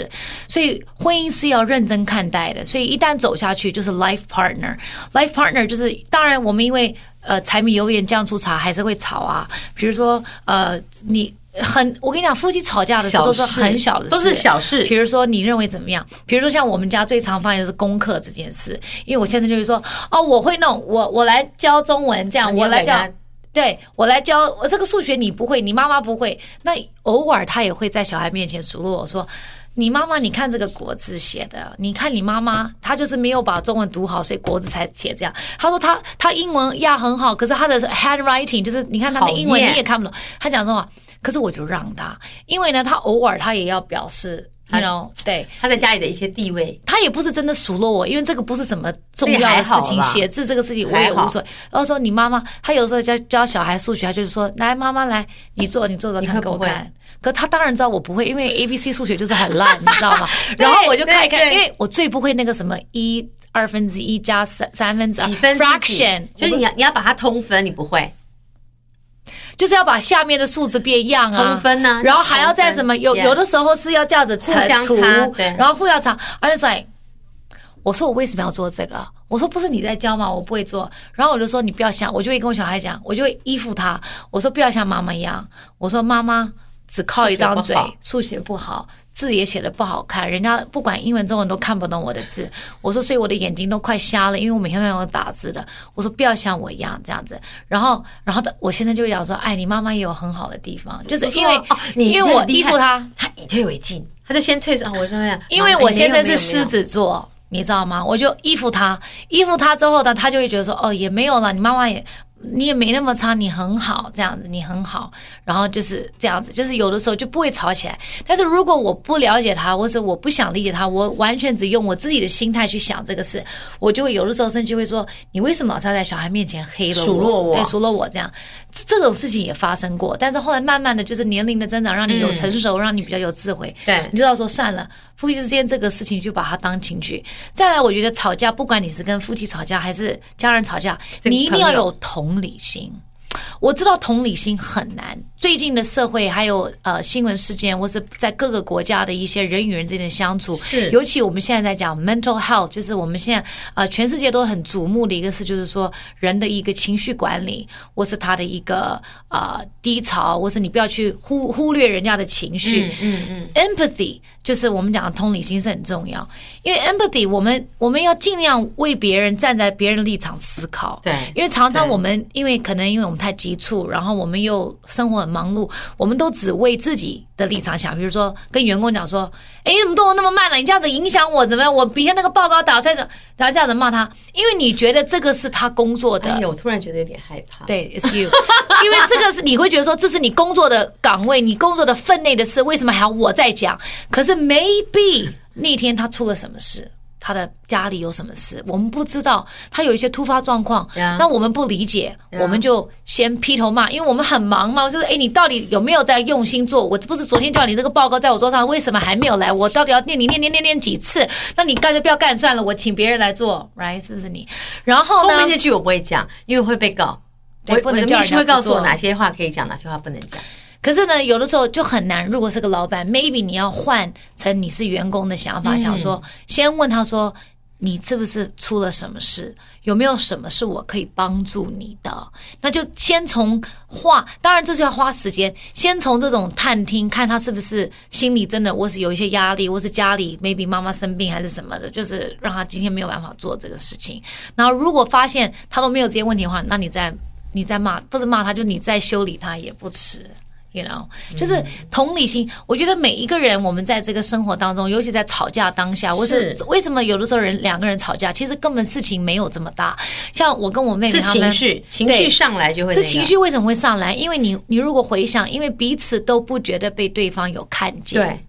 B: 所以婚姻是要认真看待的。所以一旦走下去，就是 life partner，life partner 就是当然我们因为呃柴米油盐酱醋茶还是会吵啊，比如说呃你。很，我跟你讲，夫妻吵架的时候都是
A: 小事
B: 很小的事，
A: 都是小事
B: 比如说你认为怎么样？比如说像我们家最常发生就是功课这件事，因为我先生就会说，哦，我会弄，我我来教中文，这样
A: 啊你
B: 我来
A: 给
B: 教
A: 他。
B: 对我来教，我这个数学你不会，你妈妈不会。那偶尔他也会在小孩面前数落我说：“你妈妈，你看这个国字写的，你看你妈妈，她就是没有把中文读好，所以国字才写这样。”他说他他英文压很好，可是他的 handwriting 就是你看他的
A: 讨厌
B: 英文你也看不懂。他讲什么？可是我就让他，因为呢，他偶尔他也要表示，you know，对。
A: 他在家里的一些地位，
B: 他也不是真的数落我，因为这个不是什么重
A: 这也
B: 要的
A: 还
B: 事
A: 好
B: 情，
A: 吧
B: 写字这个事情我也无所谓。然后说你妈妈，她有时候教教小孩数学，她就是说来妈妈来，你做你做做看
A: 会
B: 给
A: 不
B: 我
A: 会
B: 看。可她当然知道我不会，因为 A B C 数学就是很烂，你 [laughs] 知道吗？然后我就看一看，
A: 对对
B: 因为我最不会那个什么一二分之一加三三分之二
A: 几分之几
B: 啊 fraction，
A: 就是你要你要把它通分，你不会。
B: 就是要把下面的数字变样啊，
A: 通分啊
B: 然后还要在什么有
A: 通分
B: 有的时候是要这样子乘
A: 互相
B: 除
A: 擦，对
B: 然后互相查，而且哎 like，我说我为什么要做这个？我说不是你在教吗？我不会做，然后我就说你不要像，我就会跟我小孩讲，我就会依附他，我说不要像妈妈一样，我说妈妈只靠一张
A: 数
B: 嘴
A: 学不好，
B: 数学不好，字也写的不好看，人家不管英文中文都看不懂我的字。我说，所以我的眼睛都快瞎了，因为我每天都要打字的。我说不要像我一样这样子。然后，然后的我现在就讲说，哎，你妈妈也有很好的地方，就是因为、
A: 哦、你
B: 因为我依附她，
A: 他以退为进，他就先退出啊，我真的，
B: 因为我先生是狮子座，你知道吗？我就依附他，依附他之后呢，他就会觉得说，哦，也没有了，你妈妈也，你也没那么差，你很好，这样子，你很好，然后就是这样子，就是有的时候就不会吵起来。但是如果我不了解他，或者我不想理解他，我完全只用我自己的心态去想这个事，我就会有的时候甚至会说，你为什么老是要在小孩面前黑了我，
A: 数落我
B: 对，数落我这样。这这种事情也发生过，但是后来慢慢的就是年龄的增长，让你有成熟，让你比较有智慧，
A: 嗯对
B: 你知道说算了，夫妻之间这个事情就把它当情绪。再来，我觉得吵架，不管你是跟夫妻吵架还是家人吵架，
A: 这个
B: 你一定要
A: 朋友
B: 有同理心。我知道同理心很难。最近的社会还有呃新闻事件，或是在各个国家的一些人与人之间的相处，
A: 是
B: 尤其我们现在在讲 mental health，就是我们现在呃全世界都很瞩目的一个事，就是说人的一个情绪管理，或是他的一个呃低潮，或是你不要去忽忽略人家的情绪。
A: 嗯嗯，
B: empathy 就是我们讲的同理心是很重要，因为 empathy 我们我们要尽量为别人站在别人的立场思考，
A: 对
B: 因为常常
A: 对
B: 我们因为可能因为我们太急促，然后我们又生活很忙碌，我们都只为自己的立场想，比如说跟员工讲说，哎，你怎么动作那么慢了？你这样子影响我怎么样？我明天那个报告打算的，然后这样子骂他，因为你觉得这个是他工作的
A: 哎呦，我突然觉得有点害怕。
B: 对，it's you，因 [laughs] 为这个是你会觉得说这是你工作的岗位，你工作的分内的事，为什么还要我在讲？可是 maybe 那天他出了什么事，他的家里有什么事，我们不知道，他有一些突发状况
A: Yeah
B: 那我们不理解
A: Yeah
B: 我们就先劈头骂，因为我们很忙嘛，就是哎，你到底有没有在用心做？我不是昨天叫你这个报告在我桌上，为什么还没有来？我到底要念你念念念念几次？那你干脆不要干算了，我请别人来做，right？是不是你？然后
A: 后
B: 呢？
A: 面那句我不会讲，因为会被告。
B: 对
A: 我
B: 不
A: 我
B: 能
A: 的
B: 叫
A: 秘
B: 人
A: 书
B: 家
A: 会
B: 不
A: 告诉我
B: 做
A: 哪些话可以讲，哪些话不能讲。
B: 可是呢，有的时候就很难。如果是个老板，maybe 你要换成你是员工的想法，嗯想说先问他说。你是不是出了什么事？有没有什么是我可以帮助你的？那就先从话，当然这是要花时间，先从这种探听，看他是不是心里真的，我是有一些压力，我是家里 maybe 妈妈生病还是什么的，就是让他今天没有办法做这个事情。然后如果发现他都没有这些问题的话，那你再你再骂，不是骂他，就你再修理他也不迟。You know，就是
A: 嗯
B: 同理心。我觉得每一个人，我们在这个生活当中，尤其在吵架当下，或是
A: 是
B: 为什么有的时候人两个人吵架，其实根本事情没有这么大。像我跟我妹妹
A: 是
B: 他
A: 情
B: 们，
A: 绪，情
B: 对
A: 绪上来就会、那
B: 这
A: 个
B: 情绪为什么会上来？因为你，你如果回想，因为彼此都不觉得被对方有看见，
A: 对，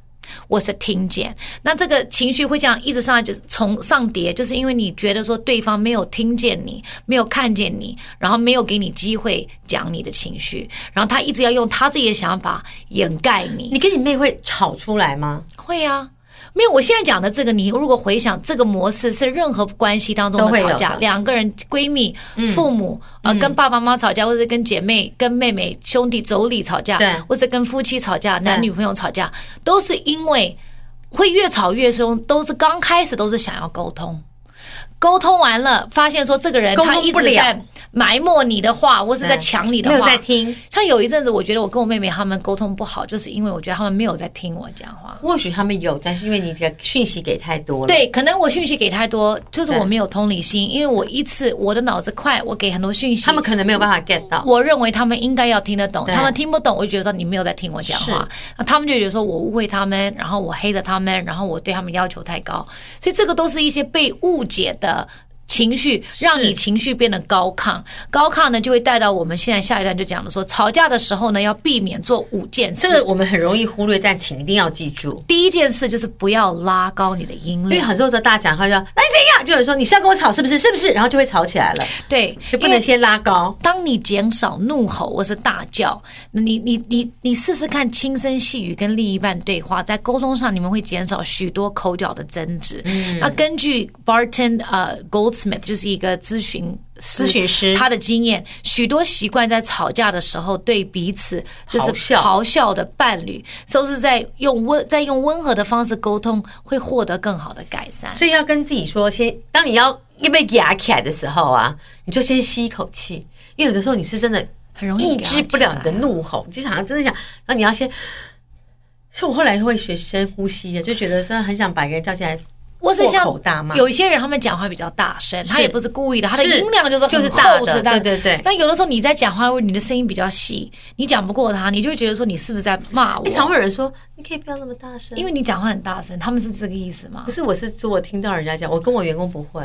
B: 我是听见。那这个情绪会这样一直上来，就是从上叠，就是因为你觉得说对方没有听见你，没有看见你，然后没有给你机会讲你的情绪，然后他一直要用他自己的想法掩盖你。
A: 你跟你妹会吵出来吗？
B: 会啊。没有，我现在讲的这个，你如果回想这个模式，是任何关系当中
A: 都
B: 的
A: 会有
B: 吵架，
A: 的嗯
B: 两个人闺蜜、父母，呃，跟爸爸妈妈吵架，或者跟姐妹、跟妹妹、兄弟妯娌吵架
A: 对，
B: 或者跟夫妻吵架、男
A: 对
B: 女朋友吵架，都是因为会越吵越凶，都是刚开始都是想要沟通。沟通完了，发现说这个人
A: 沟
B: 他
A: 通
B: 一
A: 不
B: 直
A: 了
B: 在埋没你的话，或是在
A: 对
B: 抢你的
A: 没有
B: 话，
A: 在听。
B: 像有一阵子，我觉得我跟我妹妹她们沟通不好，就是因为我觉得她们没有在听我讲话。
A: 或许他们有，但是因为你的讯息给太多了，，
B: 对，可能我讯息给太多，就
A: 嗯
B: 是
A: 对
B: 我没有同理心，因为我一次我的脑子快，我给很多讯息，
A: 他们可能没有办法 get 到。
B: 我认为他们应该要听得懂，
A: 对
B: 他们听不懂，我就觉得说你没有在听我讲话，那他们就觉得说我误会他们，然后我黑了他们，然后我对他们要求太高，所以这个都是一些被误解的。情绪让你情绪变得高亢，高亢呢就会带到我们现在下一段就讲的说，吵架的时候呢要避免做五件事。
A: 这个我们很容易忽略，但请一定要记住。
B: 第一件事就是不要拉高你的音
A: 因为
B: 量，
A: 很多时候大家讲话就说，那你怎样？就有人说你是要跟我吵是不是？是不是？然后就会吵起来了，
B: 对，
A: 就不
B: 因为
A: 能先拉高。
B: 当你减少怒吼或是大叫，你你你你试试看轻声细语跟另一半对话，在沟通上你们会减少许多口角的争执。
A: 嗯
B: 那根据 Barton 呃 Goldsmith 就是一个咨询
A: 咨询师
B: 他的经验，许多习惯在吵架的时候对彼此就是
A: 咆哮
B: 咆哮的伴侣，都是在用温在用温和的方式沟通，会获得更好的改善。
A: 所以要跟自己说，先当你要要被压起来的时候啊，你就先吸一口气，因为有的时候你是真的
B: 很容易
A: 抑制不了你的怒吼，你就想真的想，然后你要先所以我后来会学深呼吸的，就觉得真的很想把一个人叫起来，
B: 我是像
A: 破口大骂
B: 有一些人，他们讲话比较大声，他也不是故意的，他的
A: 是
B: 音量就是很
A: 就是大的
B: 厚实但
A: 对对对
B: 但有的时候你在讲话，你的声音比较细，你讲不过他，你就会觉得说你是不是在骂我
A: 哎，？常会有人说你可以不要那么大声，
B: 因为你讲话很大声，他们是这个意思吗
A: 不？是我是说我听到人家讲，我跟我员工不会，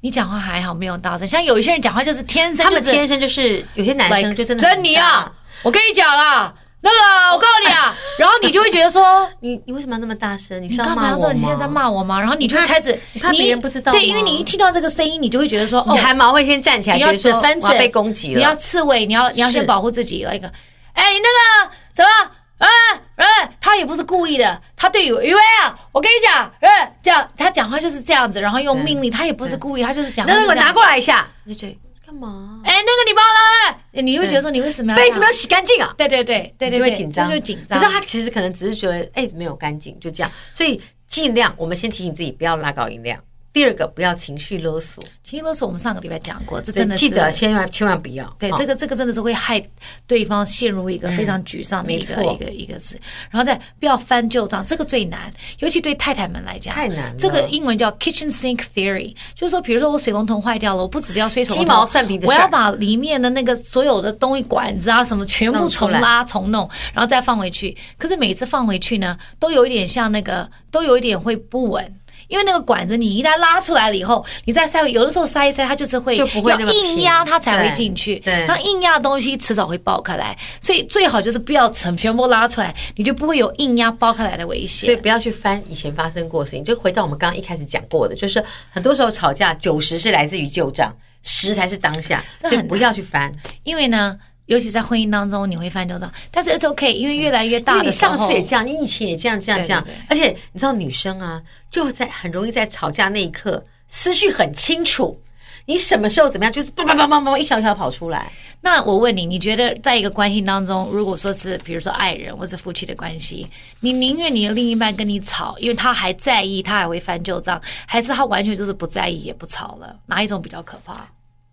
B: 你讲话还好，没有大声。像有一些人讲话就是天生
A: 他
B: 就
A: 们
B: 是
A: 天生就是有些男
B: like，
A: 生就真的很
B: 珍妮啊
A: 大，，
B: 我跟你讲啦，
A: [laughs]
B: 那个我告诉你啊，然后你就会觉得说。
A: 你你为什么要那么大声？ [laughs] 你
B: 你
A: 是要
B: 干嘛
A: 骂
B: 要
A: 我
B: 这
A: 吗？
B: 样？你现在在骂我吗？然后你就会开始，
A: 你怕别人不知道吗
B: 对，因为你一听到这个声音，你就会觉得说，哦
A: 你，还毛会先站起来，
B: 你
A: 觉
B: 要
A: 得说我
B: defensive，
A: 要被攻击了，
B: 你要刺猬，你要你要
A: 是
B: 先保护自己了一个。哎，你那个什么？哎哎，他也不是故意的，他对有因为啊，我跟你讲，哎，这样他讲话就是这样子，然后用
A: 对
B: 命令，他也不是故意，他就是讲话
A: 那
B: 就是
A: 给
B: 这
A: 我
B: 样。
A: 拿过来一下，你就觉得干嘛？
B: 哎，那个你帮我拿来，你会觉得说你为什么要这
A: 杯
B: 样
A: 子没有洗干净啊？
B: 对对对对
A: 你
B: 对
A: 就
B: 对，
A: 会紧张，
B: 这就是紧张。
A: 可是他其实可能只是觉得，哎、没有干净，就这样。所以尽量，我们先提醒自己不要拉高音量。第二个，不要情绪勒索，
B: 情绪勒索，我们上个礼拜讲过，这真的是
A: 记得千万千万不要。
B: 对，
A: 哦
B: 这个这个真的是会害对方陷入一个非常沮丧
A: 嗯
B: 的
A: 没
B: 一个、
A: 错
B: 一个一个字，然后再不要翻旧账，这个最难，尤其对太太们来讲，
A: 太难了
B: 这个英文叫 kitchen sink theory，就是说，比如说我水龙头坏掉了，我不只是要吹水龙头，
A: 鸡毛蒜皮的
B: 我
A: 事
B: 要
A: 儿
B: 把里面的那个所有的东西管子啊什么全部
A: 弄出
B: 重
A: 来
B: 拉重弄，然后再放回去。可是每次放回去呢，都有一点像那个，都有一点会不稳。因为那个管子，你一旦拉出来了以后，你再塞回，有的时候塞一塞，它就是会
A: 就不会
B: 要
A: 那么平
B: 硬压，它才会
A: 对
B: 进去。
A: 对
B: 那硬压的东西迟早会爆开来，所以最好就是不要成全部拉出来，你就不会有硬压爆开来的危
A: 所以
B: 险。
A: 不要去翻以前发生过的事情，就回到我们刚刚一开始讲过的，就是很多时候吵架九十是来自于旧账，十才是当下，
B: 这
A: 所以
B: 很
A: 不要去翻。
B: 因为呢，尤其在婚姻当中，你会翻旧账，但是 it's OK，因为越来越
A: 因
B: 大
A: 为
B: 的
A: 你
B: 时
A: 上
B: 候
A: 次，也这样，你以前也这样这样
B: 对
A: 这样
B: 对对，
A: 而且你知道女生啊，就在很容易在吵架那一刻思绪很清楚，你什么时候怎么样，就是叭叭叭叭叭一条一条跑出来。
B: 那我问你，你觉得在一个关系当中，如果说是比如说爱人或是夫妻的关系，你宁愿你的另一半跟你吵，因为他还在意，他还会翻旧账，还是他完全就是不在意也不吵了，哪一种比较可怕？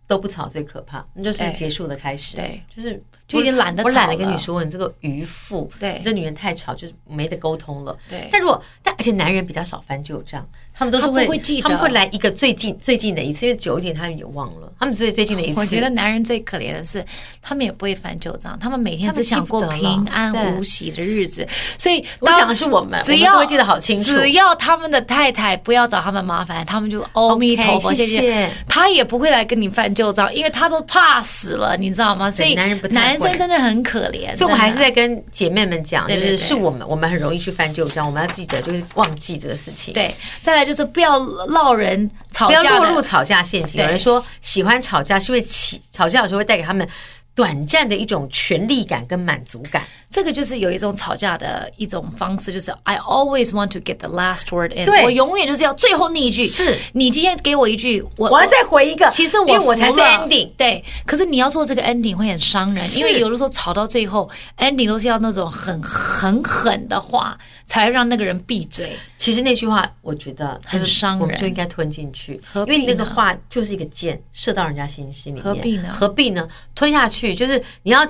A: 都不吵最可怕，那就是
B: 对
A: 结束的开始。
B: 哎对，
A: 就是
B: 就已经懒得
A: 我
B: 吵
A: 懒得跟
B: 了
A: 你说，你这个渔夫，你
B: 对
A: 这女人太吵，就是没得沟通了。
B: 对
A: 但如果但而且男人比较少翻旧账，他们都是
B: 他不
A: 会
B: 会记得
A: 他们会来一个最近最近的一次，因为久一点他们也忘了，他们最最近的一次。
B: 我觉得男人最可怜的是，他们也不会翻旧账，他们每天只想过
A: 他们记不得了
B: 平安
A: 对
B: 无喜的日子。所以
A: 我
B: 当
A: 讲的是我们，
B: 只
A: 我们
B: 要
A: 都会记得好清楚。
B: 只要他们的太太不要找他们麻烦，他们就阿弥陀佛
A: OK，
B: 谢
A: 谢谢
B: 他也不会来跟你翻旧账，因为他都怕死了，你知道吗？所以
A: 男人不太
B: 男
A: 会
B: 生真的很可怜。
A: 所以，我们
B: 真的
A: 还是在跟姐妹们讲，就
B: 对
A: 是
B: 对对
A: 是我们，我们很容易去翻旧账，我们要记得就是忘记这个事情。
B: 对，再来就是不要落人吵
A: 不
B: 架
A: 要
B: 的，
A: 落入吵架陷阱。
B: 对
A: 有人说喜欢吵架是因为起吵架有时候会带给他们短暂的一种权力感跟满足感。
B: 这个就是有一种吵架的一种方式，就是 I always want to get the last word in，
A: 对
B: 我永远就是要最后那一句。
A: 是
B: 你今天给我一句，我
A: 我要再回一个，
B: 其实
A: 因
B: 我
A: 为我才是
B: 服了
A: ending。
B: 对，可是你要做这个 ending 会很伤人，
A: 是
B: 因为有的时候吵到最后，ending 都是要那种很很狠的话，才让那个人闭嘴。
A: 其实那句话我觉得
B: 很伤人
A: 我们就应该吞进去，
B: 何
A: 因
B: 必呢
A: 为那个话就是一个箭，射到人家心心里面。
B: 何必呢
A: 何必呢？吞下去就是你要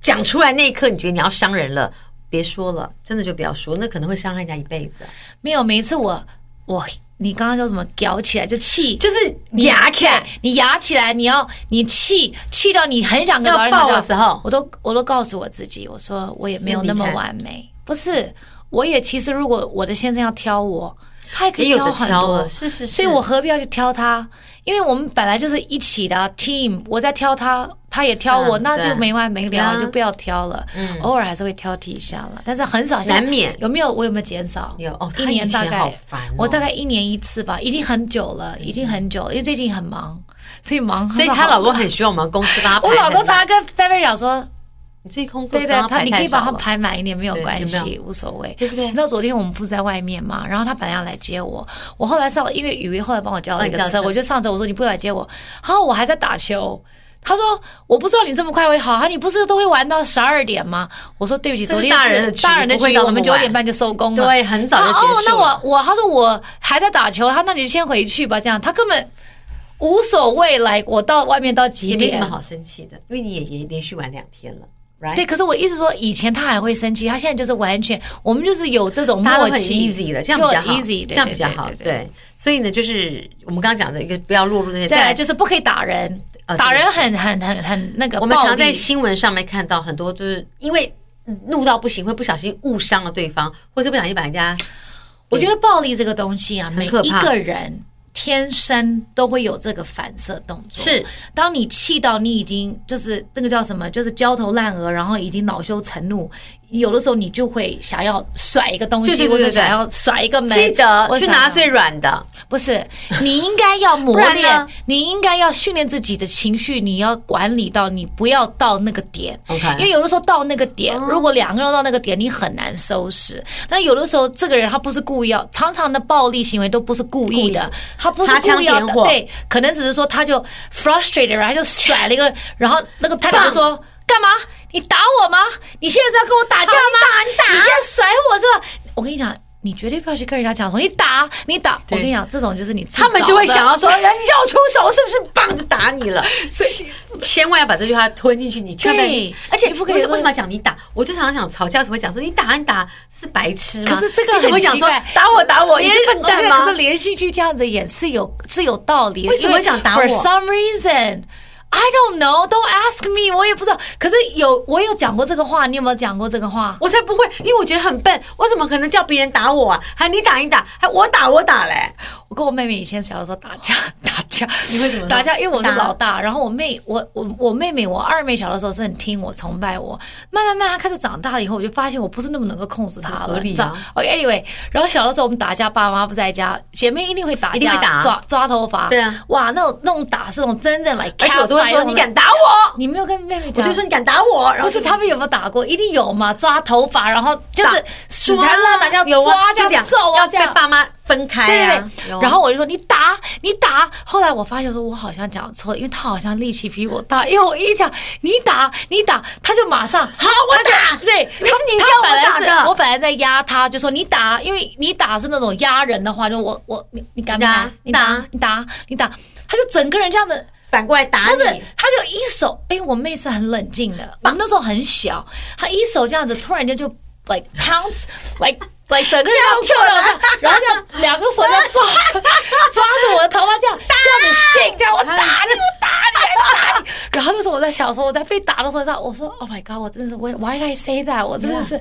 A: 讲出来那一刻，你觉得你要伤人了。别说了，真的就不要说，那可能会伤害人家一辈子。
B: 没有，每一次我我你刚刚叫什么？屌起来就气，
A: 就是
B: 你
A: 牙看
B: 对，你牙起来，你要你气气到你很想跟老人
A: 要
B: 吵
A: 爆
B: 架
A: 的时候
B: 哦我都我都告诉我自己，我说我也没有
A: 是
B: 那么
A: 厉害
B: 完美，不是，我也其实如果我的先生要挑我，他也可
A: 也
B: 以
A: 有的
B: 很
A: 挑
B: 多，
A: 了是是是
B: 所以我何必要去挑他？因为我们本来就是一起的啊 team，我在挑他，他也挑我，
A: 是啊
B: 那就
A: 对
B: 没完没
A: 对
B: 了，
A: 啊
B: 就不要挑了。偶尔还是会挑剔一下了，但是很少像。
A: 难免
B: 有没有？我有没有减少？
A: 有哦
B: 一
A: 他以
B: 年大
A: 前
B: 概，
A: 好烦哦
B: 我大概一年一次吧，已经很久了，已经很久了，因为最近很忙，所以忙。
A: 所以她老公很希望我们公司帮她排
B: 我
A: 很满。
B: 老公常常跟菲菲讲说，
A: 你自己工作
B: 对对
A: 帮，
B: 他
A: 排
B: 你
A: 太
B: 可以把
A: 少
B: 他
A: 了
B: 排满一点，没有
A: 对
B: 关
A: 有没有
B: 系，无所谓，
A: 对不对
B: 你知道昨天我们不是在外面嘛，然后他本来要来接我，我后来上了，因为雨薇后来帮我叫了一个
A: 帮你叫
B: 车，
A: 车
B: 我就上车，我说你不来接我，然后我还在打球。他说：“我不知道你这么快会好，啊，你不是都会玩到十二点吗？”我说：“对不起，
A: 这是
B: 昨天
A: 大
B: 是
A: 人的局
B: 大人的
A: 不会
B: 局，
A: 到
B: 我们
A: 那么
B: 九
A: 晚
B: 点半就收工了，
A: 对很早就
B: 他
A: 结
B: 哦，
A: 束
B: 那我
A: 了
B: 我他说我还在打球，他那你先回去吧，这样他根本无所谓来，我到外面到几
A: 也没
B: 点
A: 什么好生气的，因为你也也连续玩两天了。 ，right？
B: 对，可是我一直说，以前他还会生气，他现在就是完全，我们就是有这种
A: 大家都
B: 默
A: 很
B: 契
A: easy 的，这样比较好
B: 就 easy，对
A: 这样比较好。
B: 对对对对
A: 对，所以呢，就是我们刚刚讲的一个，不要落入那些。
B: 再来就是不可以打人，
A: 呃
B: 打人很很很很那个
A: 我们
B: 暴
A: 常在
B: 力。
A: 新闻上面看到很多，就是因为怒到不行，会不小心误伤了对方，或是不小心把人家
B: 我觉得暴力这个东西啊，每
A: 可
B: 一
A: 怕
B: 个人天生都会有这个反射动作。
A: 是，
B: 当你气到你已经就是那个叫什么，就是焦头烂额，然后已经恼羞成怒，有的时候你就会想要甩一个东西，
A: 对对对
B: 或者
A: 对对
B: 想要甩一个门。
A: 记得
B: 我
A: 去
B: 想要
A: 拿最软的，
B: 不是，你应该要磨
A: 不然
B: 练
A: 呢，
B: 你应该要训练自己的情绪，你要管理到你不要到那个点。
A: OK 哦
B: 因为有的时候到那个点，如果两个人到那个点，你很难收拾。那有的时候这个人他不是故意要，常常的暴力行为都不是故意的，他不是
A: 擦枪
B: 故意要
A: 点
B: 的，
A: 火
B: 对，可能只是说他就 frustrated，然后他就甩了一
A: [laughs]
B: 个，然后那个太太就说干嘛？你打我吗？你现在是要跟我打架吗？你打，你现在甩我这个，我跟你讲。你绝对不要去跟人家讲说你打你打，我
A: 对
B: 跟你讲，这种就是你自
A: 他们
B: 找
A: 就会
B: 的
A: 想要说，人你叫我出手，是不是棒就打你
B: [laughs]
A: 了？所以千万要把这句话吞进去，你千万
B: 对，
A: 而且
B: 你不可以
A: 为什
B: 说
A: 为什么要讲你打？我就常常想吵架，怎么会讲说你打你打是白痴吗？
B: 可是这个
A: 你怎么
B: 很
A: 会讲
B: 奇
A: 说
B: 怪，
A: 打我打我，你
B: 连
A: 是笨蛋
B: 对可
A: 吗
B: 是？连续剧这样子演是有是有道理的，
A: 为什么
B: 因
A: 会想打我
B: ？For some reason。I don't know, don't ask me，我也不知道。可是有我有讲过这个话，你有没有讲过这个话？
A: 我才不会，因为我觉得很笨，我怎么可能叫别人打我啊？还你打你打，还我打我打嘞？
B: 我跟我妹妹以前小的时候打
A: [laughs]
B: 架，打架，
A: 你会怎么说
B: 打架？因为我是
A: 打
B: 老大，然后我妹，我我我妹妹，我二妹小的时候是很听我、崇拜我。慢慢慢，她开始长大了以后，我就发现我不是那么能够控制她
A: 合
B: 了，
A: 理啊
B: 你知道？OK, anyway，然后小的时候我们打架，爸妈不在家，姐妹一定会打架，
A: 一定会打
B: 抓抓头发，
A: 对啊，
B: 哇，那种那种打是那种真正来，
A: 而且我都会说你敢，打我，
B: 你没有跟妹妹
A: 我
B: 讲，
A: 就说你敢打我，然
B: 哦不
A: 后
B: 是他们有没有打过？一定有嘛，抓头发，然后就是
A: 打
B: 死缠烂打，这样
A: 有啊
B: 抓，这
A: 就
B: 样
A: 两
B: 揍啊，
A: 要
B: 这
A: 被
B: 样。
A: 爸妈分开
B: 对
A: 啊
B: 对。
A: 有
B: 对，
A: 啊
B: 然后我就说你打你打，后来我发现说我好像讲错了，因为他好像力气比我大，因为我一讲你打你打，他就马上
A: 好我
B: 他就
A: 打
B: 对，
A: 那是你
B: 他
A: 叫我
B: 他本来
A: 打
B: 是
A: 的
B: 我本来在压他，就说你打，因为你打是那种压人的话，就我我你你敢不
A: 打
B: 敢？你打
A: 打
B: 你打你打，他就整个人这样子。
A: 反过来打
B: 不是
A: 你，，
B: 他就一手，哎、我妹是很冷静的，我们那时候很小，她一手这样子，突然间就 like
A: [laughs]
B: pounce，like like 整个人要跳到上，然后这样两个手这样抓
A: [laughs]
B: 抓住我的头发，这样这样子 shake，这样我打你，
A: [laughs]
B: 我打你，我打你。然后那时候我在想说，我在被打的时候，上我说 Oh my God，我真的是我 Why did I say that？我真的是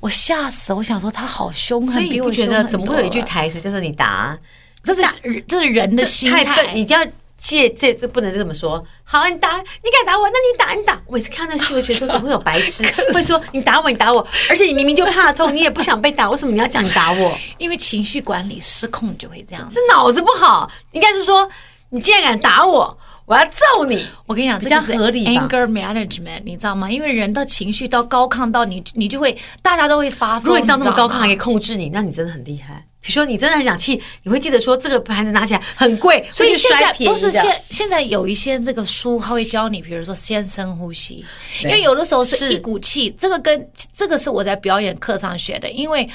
B: 我吓死，我想说他好凶
A: [laughs] 所
B: 狠，
A: 以
B: 比
A: 你
B: 我
A: 不觉
B: 凶
A: 得
B: 狠
A: 怎么会有一句
B: 多了
A: 台词叫做你打？
B: 这是这是人的心
A: 太
B: 态
A: 笨，，你一定要借这这不能这么说。好啊，你打，你敢打我，那你打，你打。我每次看到那新闻，觉得说怎么会有白
B: [laughs]
A: 痴会说你打我，你打我，而且你明明就怕痛，你也不想被打，为什么你要讲你打我？
B: 因为情绪管理失控就会这样子
A: 这。脑子不好，应该是说你竟然敢打我，我要揍你。
B: 我跟你讲，这
A: 比
B: 就
A: 较
B: 是
A: 合理吧
B: anger management，你知道吗？因为人的情绪到高亢到你，你就会大家都会发疯。
A: 如果你到那么高亢还可
B: 你
A: 以
B: 知道吗，
A: 控制你，那你真的很厉害。比如说你真的很想气，你会记得说这个盘子拿起来很贵，
B: 所以
A: 会去
B: 现在
A: 摔便
B: 不
A: 宜
B: 是
A: 的
B: 现现在有一些这个书，他会教你，比如说先深呼吸，因
A: 对
B: 为有的时候是
A: 是
B: 一股气，这个跟这个是我在表演课上学的，因为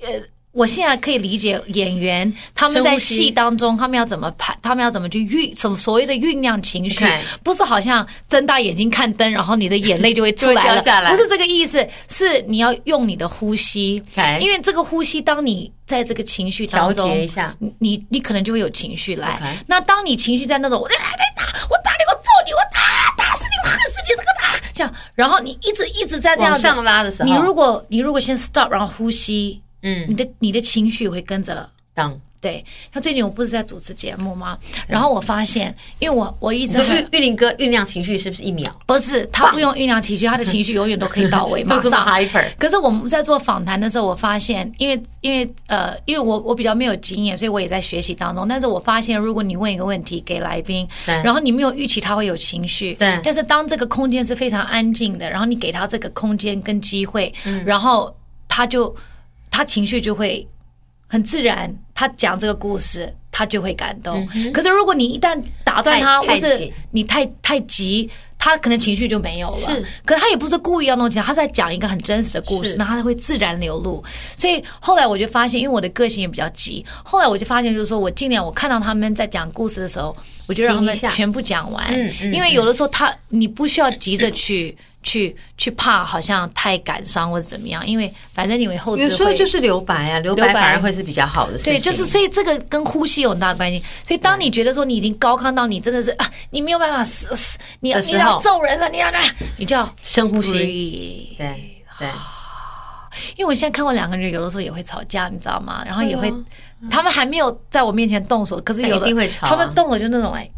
B: 呃。我现在可以理解演员他们
A: 深呼
B: 在
A: 吸
B: 戏当中，他们要怎么排，他们要怎么去酝，什么所谓的酝酿情绪
A: OK
B: 不是好像睁大眼睛看灯，然后你的眼泪就会出
A: 就会
B: 来了，
A: 掉下来
B: 不是这个意思，是你要用你的呼吸
A: OK
B: 因为这个呼吸，当你在这个情绪当中
A: 调节一下
B: 你你你可能就会有情绪来。
A: OK
B: 那当你情绪在那种，我就来来打，我打你，我揍你，我打打死你，我恨死你，这个打这样，然后你一直一直在这样
A: 往
B: 子
A: 上拉的时候，
B: 你如果你如果先 stop，然后呼吸，
A: 嗯
B: 你的你的情绪会跟着。
A: 当
B: 对，像最近我不是在主持节目吗？然后我发现，因为我我一
A: 你
B: 直
A: 说
B: 很
A: [laughs] 玉玉林哥酝酿情绪是不是一秒？
B: 不是，他不用酝酿情绪，他的情绪永远都可以到位，马
A: [laughs] 都这么
B: 上
A: hyper
B: 可是我们在做访谈的时候，我发现，因为因为呃，因为我我比较没有经验，所以我也在学习当中。但是我发现，如果你问一个问题给来宾，
A: 对
B: 然后你没有预期他会有情绪，
A: 对
B: 但是当这个空间是非常安静的，然后你给他这个空间跟机会，
A: 嗯
B: 然后他就他情绪就会很自然，他讲这个故事，他就会感动。可是如果你一旦打断他，
A: 嗯太
B: 或
A: 太
B: 是
A: 急
B: 你太太急，他可能情绪就没有了。
A: 是，
B: 可他也不是故意要弄起来，他在讲一个很真实的故事，
A: 是
B: 那他会自然流露。所以后来我就发现，因为我的个性也比较急，后来我就发现，就是说我尽量我看到他们在讲故事的时候，我就让他
A: 停
B: 们
A: 一下
B: 全部讲完
A: 嗯，嗯
B: 因为有的时候他你不需要急着去。去去怕，好像太感伤或者怎么样，因为反正你们后
A: 有
B: 置
A: 时候
B: 会
A: 就是留白啊，留
B: 留
A: 白
B: 白
A: 反而会是比较好的事情。
B: 对，就是所以这个跟呼吸有很大的关系。所以当你觉得说你已经高亢到你真的是啊，你没有办法死死，你
A: 的
B: 你
A: 时
B: 要
A: 候
B: 揍人了，你要那，你就要
A: 深呼吸。
B: breathe。
A: 对啊对，
B: 因为我现在看过两个人，有的时候也会吵架，你知道吗？然后也会，他们还没有在我面前动手，可是
A: 但
B: 有的
A: 一定会吵啊
B: 他们动了就那种哎，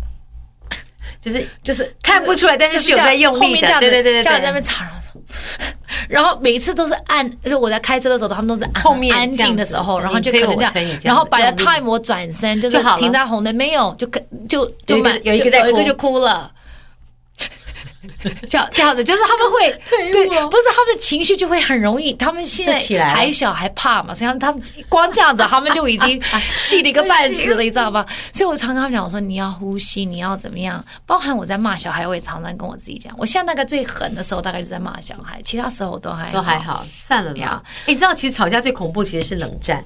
A: 就是
B: 就是
A: 看不出来，但是
B: 就是是
A: 有
B: 这样
A: 在用
B: 后
A: 力
B: 面
A: 的
B: 这。样子
A: 对对对
B: 这样子在
A: 对
B: 那
A: 对，
B: 边吵。然后每次都是按，就是我在开车的时候，他们都是按
A: 后面
B: 安静的时候，
A: 这样子
B: 然后就
A: 你
B: 可
A: 推我
B: 能这样，
A: 推你这样子
B: 然后摆了
A: 用力
B: time 我转身就是
A: 就好了
B: 停在红灯，没有就可就就
A: 有一个
B: 满
A: 有一个在
B: 就有一个
A: 哭
B: 就哭
A: [laughs]
B: 了。这样这样子，就是他们会
A: [laughs] 推我
B: 对，不是他们的情绪就会很容易，他们现在
A: 就起来了
B: 还小还怕嘛，所以他们他们光这样子，他们就已 [laughs] 经气的一个半死了，你知道吗？所以我常常跟他们讲，我说你要呼吸，你要怎么样？包含我在骂小孩，我也常常跟我自己讲，我现在大概最狠的时候，大概就在骂小孩，其他时候都还
A: 都还。好，算了啦
B: 呀。
A: 哎你知道，其实吵架最恐怖其实是冷战，